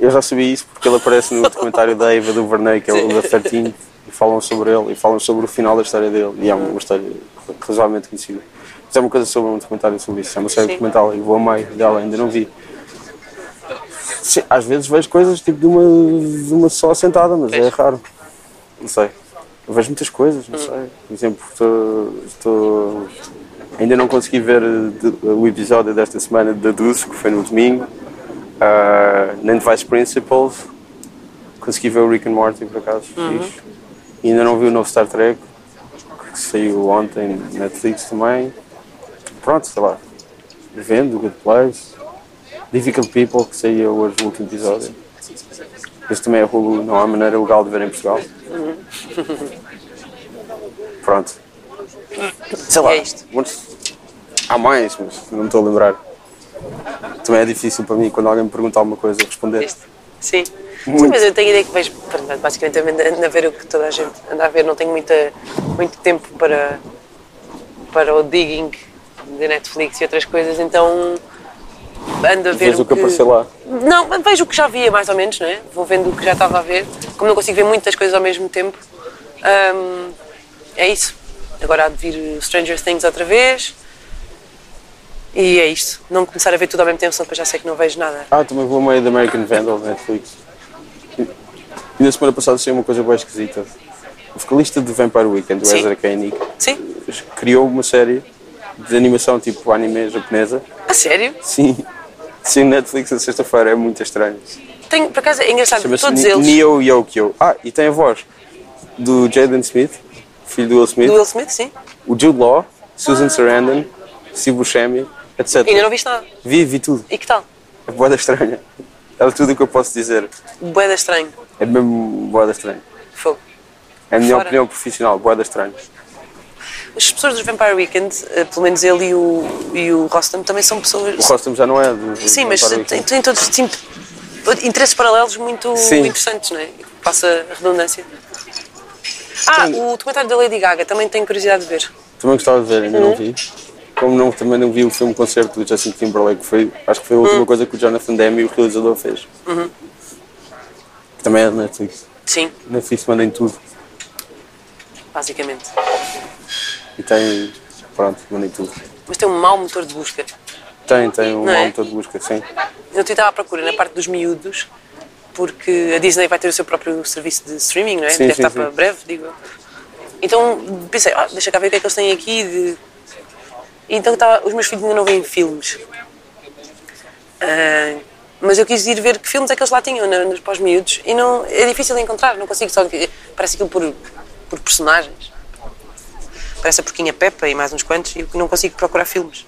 S1: Eu já sabia isso porque ele aparece no documentário da Eva do Verney, que é o da 13, e falam sobre ele e falam sobre o final da história dele. E é uma história razoavelmente conhecida. Mas é uma coisa sobre um documentário sobre isso. É uma série
S2: Sim.
S1: documental e vou a meio dela, ainda não vi. Sim, às vezes vejo coisas tipo de uma, de uma só sentada, mas é
S2: Pois.
S1: raro. Não sei. Eu vejo muitas coisas, não sei. Por exemplo, estou- estou. Ainda não consegui ver eh, de- o episódio desta semana da Dulce, que foi no domingo. Ah, nem de Vice Principals. Consegui ver o Rick and Morty, por acaso. fixe. E ainda não vi o novo Star Trek, que saiu ontem na Netflix também. Pronto, sei lá. Vendo, Good Place. Difficult People, que saiu hoje o último episódio. Esse também é Hulu, não há maneira legal de ver em Portugal. Pronto. Sei lá.
S2: E é isto.
S1: muitos- Há mais, mas não me estou a lembrar. Também é difícil para mim quando alguém me pergunta alguma coisa responder.
S2: Este. Sim.
S1: Muito.
S2: Sim, mas eu tenho ideia que vejo, pronto, basicamente ando ando a ver o que toda a gente anda a ver, não tenho muita, muito tempo para, para o digging de Netflix e outras coisas, então ando a ver
S1: Vês o que apareceu lá.
S2: Não, mas vejo o que já via mais ou menos, não é? Vou vendo o que já estava a ver, como não consigo ver muitas coisas ao mesmo tempo, hum, é isso. Agora há de vir Stranger Things outra vez. E é isto. Não começar a ver tudo ao mesmo tempo, senão depois já sei que não vejo nada.
S1: Ah, também vou a meio da American Vandal da Netflix. E na semana passada saiu uma coisa bem esquisita. O vocalista de Vampire Weekend, o
S2: Sim.
S1: Ezra Koenig,
S2: Sim?
S1: criou uma série de animação tipo anime japonesa. *laughs*
S2: A sério?
S1: Sim, sim, Netflix na sexta-feira é muito estranho.
S2: Tenho, por acaso é engraçado,
S1: Chama-se
S2: todos
S1: Ni-
S2: eles.
S1: Neo Yokio. Ah, e tem a voz do Jaden Smith, filho do Will Smith,
S2: Do Will Smith, sim.
S1: o Jude Law, Susan Sarandon, Steve Buscemi, etc.
S2: Ainda não viste nada.
S1: Vi, vi tudo.
S2: E que tal?
S1: É boada estranha. É tudo o que eu posso dizer.
S2: Boeda estranho.
S1: É mesmo boada estranha.
S2: Fogo.
S1: É a minha
S2: Fora.
S1: opinião profissional, boada estranha.
S2: As pessoas do Vampire Weekend, eh, pelo menos ele e o, e o Rostam, também são pessoas.
S1: O Rostam já não é do. do
S2: Sim, mas
S1: Vampire
S2: tem,
S1: Weekend.
S2: tem todos sim, interesses paralelos muito
S1: Sim.
S2: interessantes, não é? Passa a redundância. Ah, o documentário da Lady Gaga também tenho curiosidade de ver.
S1: Também gostava de ver, ainda
S2: Uhum.
S1: não vi. Como não, também não vi o filme concerto do Justin Timberlake, que foi, acho que foi a
S2: Uhum.
S1: última coisa que o Jonathan Demme, o realizador, fez. Que também é da Netflix.
S2: Sim,
S1: Netflix manda em tudo.
S2: basicamente.
S1: E tem. Pronto, manda em tudo.
S2: Mas tem um mau motor de busca.
S1: Tem, tem um
S2: Não é?
S1: álbum todo de busca, sim.
S2: Eu estava à procura na parte dos miúdos, porque a Disney vai ter o seu próprio serviço de streaming, não é?
S1: Sim,
S2: Deve
S1: sim,
S2: estar
S1: sim.
S2: para breve, digo. eu. Então pensei, ah, deixa cá ver o que é que eles têm aqui de. E então estava, os meus filhos ainda não veem filmes. Ah, mas eu quis ir ver que filmes é que eles lá tinham na, nos pós-miúdos e não, é difícil de encontrar, não consigo só. Parece aquilo por, por personagens. Parece a Porquinha Peppa e mais uns quantos, e eu não consigo procurar filmes.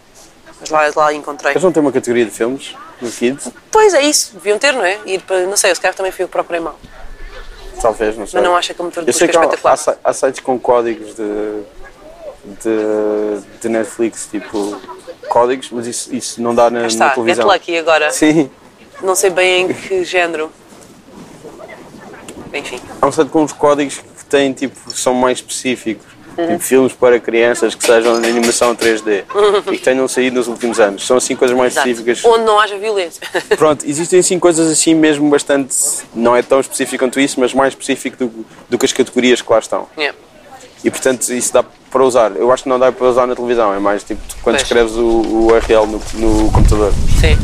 S2: Mas lá, lá encontrei.
S1: Eles não têm uma categoria de filmes no Kids,
S2: Pois é isso, deviam ter, não é? Ir para, não sei, se calhar também fui eu que procurei mal.
S1: É talvez, não sei.
S2: Mas não acha que o motor de
S1: Eu sei
S2: busca é
S1: que há,
S2: espetacular.
S1: há si- há sites com códigos de, de, de Netflix, tipo códigos, mas isso, isso não dá na, na
S2: Está, get
S1: televisão.
S2: lucky agora.
S1: Sim.
S2: Não sei bem em que género. Enfim.
S1: Há um site com uns códigos que têm, tipo, são mais específicos.
S2: Uhum.
S1: Tipo, filmes para crianças que sejam de animação 3D e que tenham saído nos últimos anos. São assim coisas mais
S2: Uhum. Exato.
S1: específicas.
S2: Onde não haja violência. *laughs*
S1: Pronto, existem assim coisas assim mesmo bastante. Não é tão específico quanto isso, mas mais específico do, do que as categorias que lá estão.
S2: Yeah.
S1: E portanto isso dá para usar. Eu acho que não dá para usar na televisão, é mais tipo tu- quando
S2: Pois.
S1: escreves o, o URL no, no computador.
S2: Sim.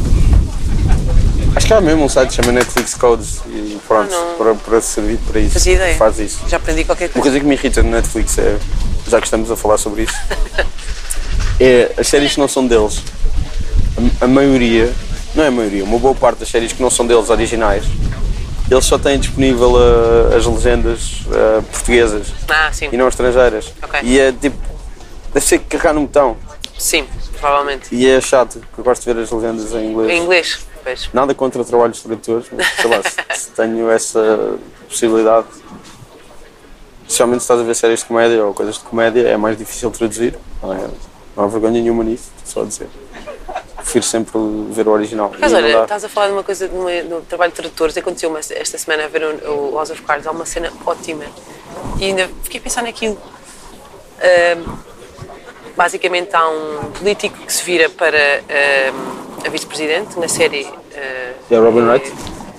S1: Acho Acho que há mesmo um site que chama Netflix Codes e pronto,
S2: Ah, não.
S1: para, para servir para isso.
S2: Fazia ideia.
S1: Faz isso.
S2: Já aprendi qualquer
S1: Uma
S2: coisa.
S1: coisa que me irrita no Netflix é, já que estamos a falar sobre
S2: *laughs*
S1: isso, é as séries que não são deles. A, a maioria, não é a maioria, uma boa parte das séries que não são deles originais, eles só têm disponível ah, as legendas ah, portuguesas
S2: Ah, sim.
S1: e não estrangeiras.
S2: Ok.
S1: E é tipo, deve ser que carregar num botão.
S2: Sim, provavelmente.
S1: E é chato, porque eu gosto de ver as legendas em inglês.
S2: Em inglês, pois.
S1: Nada contra trabalhos de tradutores, mas sei lá, se- se tenho essa possibilidade. Especialmente se estás a ver séries de comédia ou coisas de comédia, é mais difícil traduzir. Não, é, não há vergonha nenhuma nisso, só a dizer. Prefiro sempre ver o original. E
S2: Mas
S1: não
S2: olha,
S1: dá.
S2: estás a falar de uma coisa, de, uma, de um trabalho de tradutores. Aconteceu uma, esta semana a ver um, o, o House of Cards, há uma cena ótima. E ainda fiquei a pensar naquilo. Ahm, basicamente, há um político que se vira para ahm, a vice-presidente na série. ah,
S1: É Robin Wright?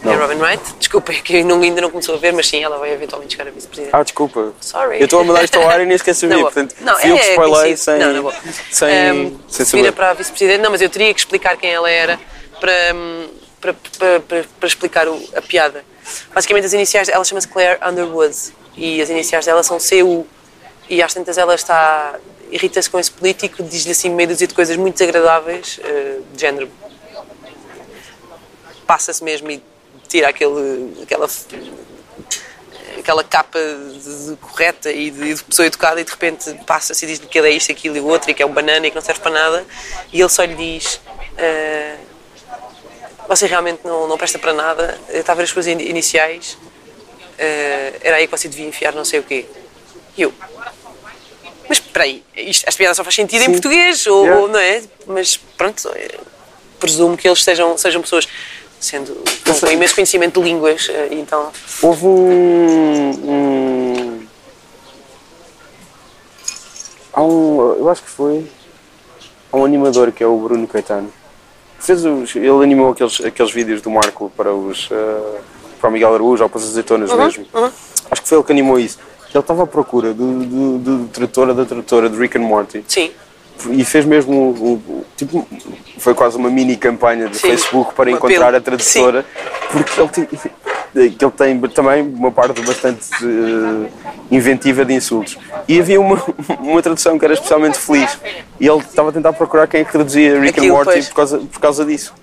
S2: É,
S1: Não.
S2: Robin Wright. Desculpa, é que eu não- ainda não começou a ver, mas sim, ela vai eventualmente chegar a vice-presidente.
S1: Ah, desculpa.
S2: Sorry.
S1: Eu estou a mandar isto ao ar e nem sequer
S2: *laughs*
S1: sabia.
S2: Na boa.
S1: Portanto, fui eu que spoilei
S2: conhecido.
S1: sem,
S2: é Não, na boa.
S1: sem,
S2: Ahm,
S1: sem
S2: se vira
S1: saber.
S2: para a vice-presidente, não, mas eu teria que explicar quem ela era para, hum, para, para, para- para explicar o- a piada. Basicamente, as iniciais, ela chama-se Claire Underwood e as iniciais dela são CU. E às tantas ela está. irrita-se com esse político, diz-lhe assim meia dúzia de coisas muito desagradáveis, eh, de género. passa-se mesmo e tira aquele, aquela aquela capa de- de correta e de, de pessoa educada e de repente passa-se e diz-lhe que ele é isto, aquilo e o outro e que é um banana e que não serve para nada e ele só lhe diz ah, você realmente não, não presta para nada, eu estava a ver as suas in- iniciais ah, era aí que você devia enfiar não sei o quê e eu mas espera aí, isto, esta piada só faz sentido em português ou,
S1: Yeah.
S2: ou não é? Mas pronto, eh, presumo que eles sejam, sejam pessoas sendo com, com imenso conhecimento de línguas eh, e então
S1: Houve um, um- Há um. Eu acho que foi. Há um animador que é o Bruno Caetano. que Fez os, ele animou aqueles, aqueles vídeos do Marco para os. eh, para o Miguel Araújo ou para as azeitonas mesmo. Acho que foi ele que animou isso. Ele estava à procura do, do, do tradutor ou da tradutora de Rick and Morty
S2: sim,
S1: e fez mesmo o- o- tipo foi quase uma mini campanha do
S2: Sim.
S1: Facebook para
S2: Um
S1: encontrar
S2: apelo.
S1: a tradutora porque ele tem, *laughs* que ele tem também uma parte bastante eh, inventiva de insultos e havia uma, *laughs* uma tradução que era especialmente feliz e ele estava a tentar procurar quem é que traduzia Rick
S2: Aquilo,
S1: and Morty
S2: pois.
S1: por causa, por causa disso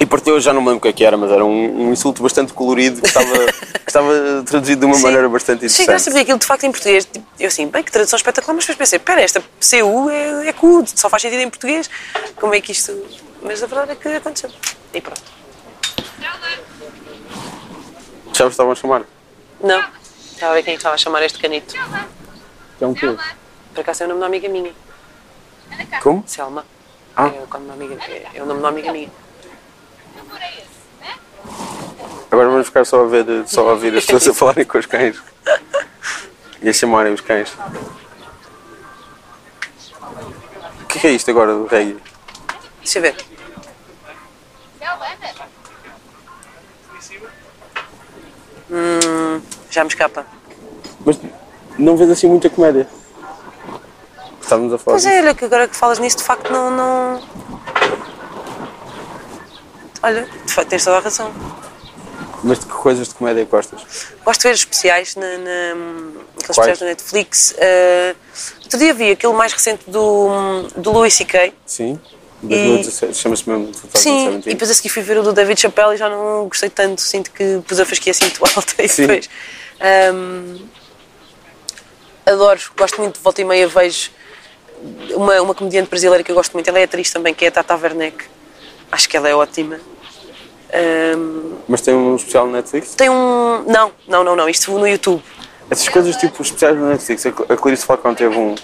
S1: e partiu, já não me lembro o que é que era, mas era um, um insulto bastante colorido que estava, que
S2: *laughs*
S1: estava traduzido de uma
S2: Sim.
S1: maneira bastante
S2: Sim, graças a
S1: interessante.
S2: Deus, aquilo de facto em português. tipo, Eu assim, bem, que tradução espetacular, mas depois pensei, pera, esta CU é, é CU, só faz sentido em português. Como é que isto. Mas a verdade é que aconteceu. E pronto.
S1: Já me estavam a chamar.
S2: Não, estava a ver quem é estava a chamar este canito.
S1: É um quê?
S2: Por acaso é o nome de uma amiga minha,
S1: Como?
S2: Selma.
S1: Ah.
S2: É, o nome de uma amiga, é, é o nome de uma amiga minha.
S1: Agora vamos ficar só a ver, só a ouvir as
S2: *laughs*
S1: pessoas a falarem com os cães. E a chamarem os cães. O que é que é isto agora do reggae?
S2: Deixa eu ver. Hum, já me escapa.
S1: Mas não vês assim muita comédia. Estávamos a falar
S2: Pois é, olha, que agora que falas nisso, de facto não. não... Olha, de facto, tens toda a razão.
S1: disso. Mas de que coisas de comédia gostas?
S2: Gosto de ver os especiais, na, na, aqueles especiais da Netflix. Eh, outro dia vi aquele mais recente do, do Louis C.K.
S1: Sim. 2017, chama-se mesmo Total
S2: É. Sim,
S1: 17.
S2: e depois a seguir fui ver o do David Chappelle e já não gostei tanto. Sinto que pus a fasquia assim muito *laughs* alta e
S1: Sim.
S2: depois. ahm, adoro, gosto muito, de volta e meia vejo uma, uma comediante brasileira que eu gosto muito. Ela é atriz também, que é a Tata Werneck. Acho que ela é ótima. Ahm,
S1: Mas tem um especial no Netflix?
S2: tem um. Não, não, não, não. Isto no YouTube.
S1: Essas coisas tipo especiais no Netflix, a Cl- a Clarice Falcão teve um.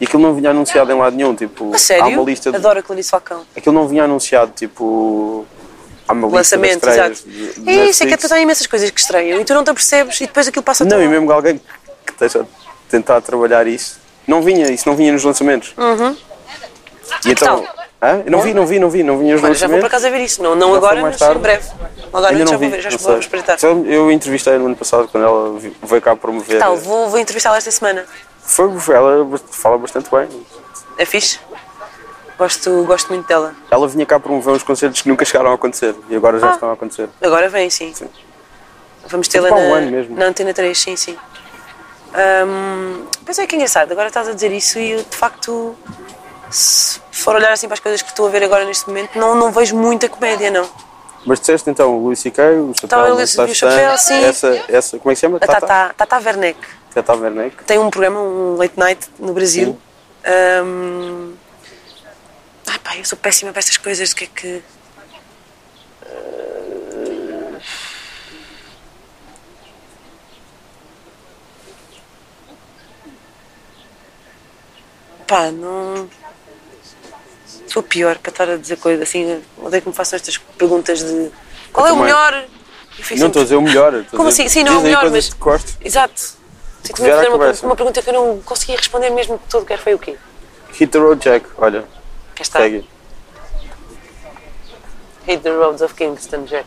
S1: E aquilo não vinha anunciado em lado nenhum, tipo,
S2: A sério?
S1: há uma lista de
S2: Adoro a Clarice Falcão.
S1: Aquilo É não vinha anunciado, tipo. Há uma lista de
S2: Lançamento,
S1: estreias
S2: exato.
S1: de- de
S2: É isso, é que
S1: Netflix.
S2: depois há imensas coisas que estreiam e tu não te apercebes e depois aquilo passa
S1: Não,
S2: tão
S1: e
S2: lá.
S1: mesmo que alguém que esteja a tentar trabalhar isso, não vinha, isso não vinha nos lançamentos.
S2: Uhum.
S1: E então.
S2: tal?
S1: Hã? Eu Não vi, não vi, não vi, não vinha nos
S2: Olha, já vou
S1: lançamentos.
S2: para casa ver isso. Não, não
S1: Já
S2: agora,
S1: foi mais
S2: mas
S1: tarde.
S2: em breve. Agora
S1: Ainda
S2: já
S1: não
S2: vou
S1: vi.
S2: ver, já
S1: não
S2: vou
S1: sei.
S2: espreitar.
S1: Só Eu entrevistei no ano passado quando ela vi- veio cá promover.
S2: Tal, Tá, vou, vou entrevistá-la esta semana.
S1: Foi, foi- ela bast- fala bastante bem.
S2: É fixe? Gosto, gosto muito dela.
S1: Ela vinha cá promover uns concertos que nunca chegaram a acontecer e agora já
S2: Ah.
S1: estão a acontecer.
S2: Agora vem, sim.
S1: Sim.
S2: Vamos tê-la
S1: Tipo, há um
S2: na,
S1: ano mesmo.
S2: na Antena 3, sim, sim. Hum, pois é que é engraçado, agora estás a dizer isso e eu, de facto, se for olhar assim para as coisas que estou a ver agora neste momento, não, não vejo muita comédia, não.
S1: Mas disseste então o Luís C.K., o Chapéu,
S2: Então, eu
S1: o
S2: li-
S1: Stan,
S2: vi o Chapéu, sim.
S1: Essa, essa, como é que se chama?
S2: A Tata, Tata Werneck
S1: Tata Werneck.
S2: tem um programa, um late night no Brasil. Hum, ai pá, eu sou péssima para estas coisas, o que é que... Ah. Pá, não. Sou pior para estar a dizer coisas assim. Odeio que me façam estas perguntas de qual
S1: Eu
S2: é o
S1: também.
S2: melhor? Eu fico
S1: Não estou a
S2: sempre-
S1: dizer o melhor. estou a
S2: Como
S1: dizer-
S2: assim? Sim, não é o
S1: dizem
S2: melhor,
S1: coisas
S2: mas-
S1: que gosto.
S2: Exato. Sim, tu me
S1: vier à
S2: fizeram uma,
S1: cabeça.
S2: uma pergunta que eu não conseguia responder mesmo de todo, que era foi o quê?
S1: Hit the Road Jack, olha,
S2: Cá está.
S1: segue.
S2: Hit the roads of Kingston, Jack.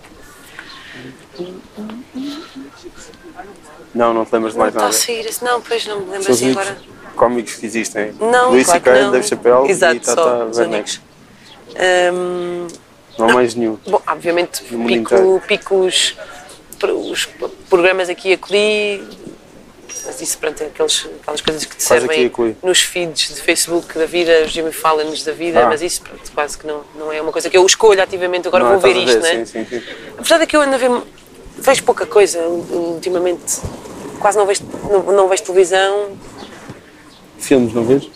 S1: Não, não te lembras de
S2: Não
S1: mais
S2: está a
S1: nada.
S2: sair esse. Não, pois não me lembro
S1: São os
S2: assim
S1: únicos
S2: Tá, agora.
S1: cómicos que existem.
S2: Não,
S1: Luís
S2: claro que
S1: C.K.,
S2: não.
S1: Dave Chappelle
S2: Exato,
S1: e tá, Tata
S2: só os
S1: Werneck.
S2: únicos. Hum,
S1: Não há mais nenhum.
S2: bom, obviamente,
S1: No mundo
S2: pico,
S1: inteiro.
S2: pico os, pro- os programas aqui e acolhi. Mas isso, pronto, é aqueles, aquelas coisas que te
S1: Quase aqui e
S2: servem
S1: acolhi.
S2: nos feeds de Facebook da vida, os Jimmy Fallons da vida,
S1: Ah.
S2: mas isso, pronto, quase que não, não é uma coisa que eu escolho ativamente agora
S1: não,
S2: vou ver
S1: estás a
S2: isto, não é?
S1: Sim, sim, sim.
S2: A verdade é que eu ando a ver. Vejo pouca coisa u- ultimamente. Quase não vejo, não, não vejo televisão.
S1: Filmes, não vês?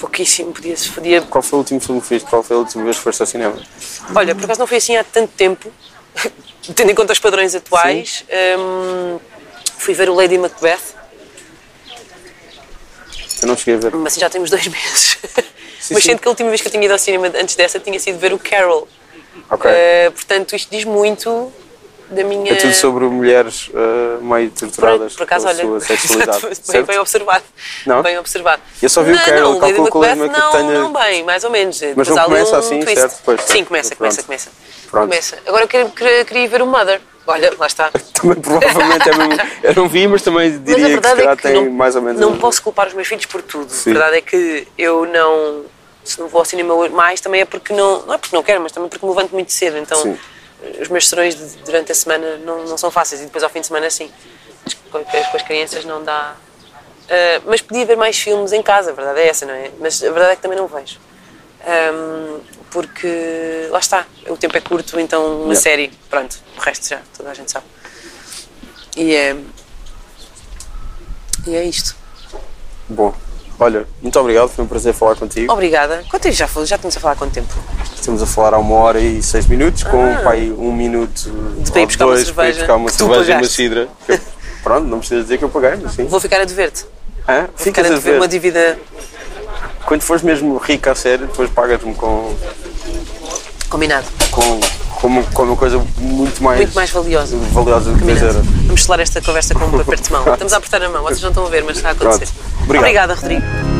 S2: Pouquíssimo. Podia, se podia.
S1: Qual foi o último filme que viste? Qual foi a última vez que foste ao cinema?
S2: Olha, por acaso não foi assim há tanto tempo, *laughs* tendo em conta os padrões atuais. hum, fui ver o Lady Macbeth,
S1: Eu não cheguei a ver.
S2: mas assim já temos dois *laughs* meses.
S1: Sim,
S2: mas
S1: sim.
S2: sendo que a última vez que eu tinha ido ao cinema antes dessa tinha sido ver o Carol.
S1: Ok.
S2: Eh, portanto, isto diz muito da minha.
S1: É tudo sobre mulheres eh, meio torturadas
S2: por acaso,
S1: pela sua
S2: olha,
S1: sexualidade.
S2: *laughs* exato, bem-
S1: certo? *laughs*
S2: bem observado.
S1: Não?
S2: Bem observado.
S1: Eu só vi o
S2: não,
S1: Carol,
S2: não, Lady
S1: calculo
S2: Macbeth,
S1: mesmo que
S2: não,
S1: tenha-
S2: não bem, mais ou menos. Depois
S1: não
S2: há ali
S1: começa
S2: um
S1: assim,
S2: twist.
S1: certo? Pois,
S2: Sim,
S1: certo.
S2: começa, começa,
S1: Pronto.
S2: começa.
S1: Pronto.
S2: Começa. Agora eu queria, queria- queria ver o Mother. Olha,
S1: *laughs*
S2: lá está.
S1: Também provavelmente é mesmo. Eu não vi, mas também
S2: Mas a
S1: diria que se
S2: verdade
S1: calhar
S2: é que
S1: tem
S2: não,
S1: mais ou menos.
S2: não
S1: um-
S2: posso culpar os meus filhos por tudo.
S1: Sim.
S2: A verdade é que eu não. Se não vou ao cinema hoje mais, também é porque não. Não é porque não quero, mas também porque me levanto muito cedo. Então
S1: Sim.
S2: os meus serões de- durante a semana não, não são fáceis e depois ao fim de semana sim. Mas Com, com as crianças não dá. Ah, mas podia ver mais filmes em casa, a verdade é essa, não é? Mas a verdade é que também não vejo. Ahm, porque lá está, o tempo é curto, então uma
S1: Yeah.
S2: série, pronto, o resto já, toda a gente sabe. E é, e é isto.
S1: Bom, olha, muito obrigado, foi um prazer falar
S2: Oh.
S1: contigo.
S2: Obrigada. Quanto tempo já falou? Já estamos a falar há quanto tempo?
S1: Estamos a falar há uma hora e seis minutos, com pai um minuto ou
S2: para ir Ah. buscar uma
S1: dois para ir
S2: cerveja,
S1: buscar uma
S2: que tu
S1: cerveja e uma
S2: pagaste.
S1: cidra. que eu- Pronto, não precisas dizer que eu paguei, mas sim.
S2: Vou ficar a dever-te. Vou
S1: Hã?
S2: ficar
S1: Ficas a ver.
S2: uma dívida.
S1: Quando fores mesmo rico a sério, depois pagas-me com,
S2: Combinado.
S1: com, com, uma- com uma coisa muito mais,
S2: Muito mais valiosa.
S1: valiosa do que dois
S2: Combinado.
S1: euros.
S2: Vamos selar esta conversa com um aperto de mão. Estamos a apertar a mão, vocês não estão a ver, mas está a acontecer.
S1: Obrigado.
S2: Obrigada, Rodrigo.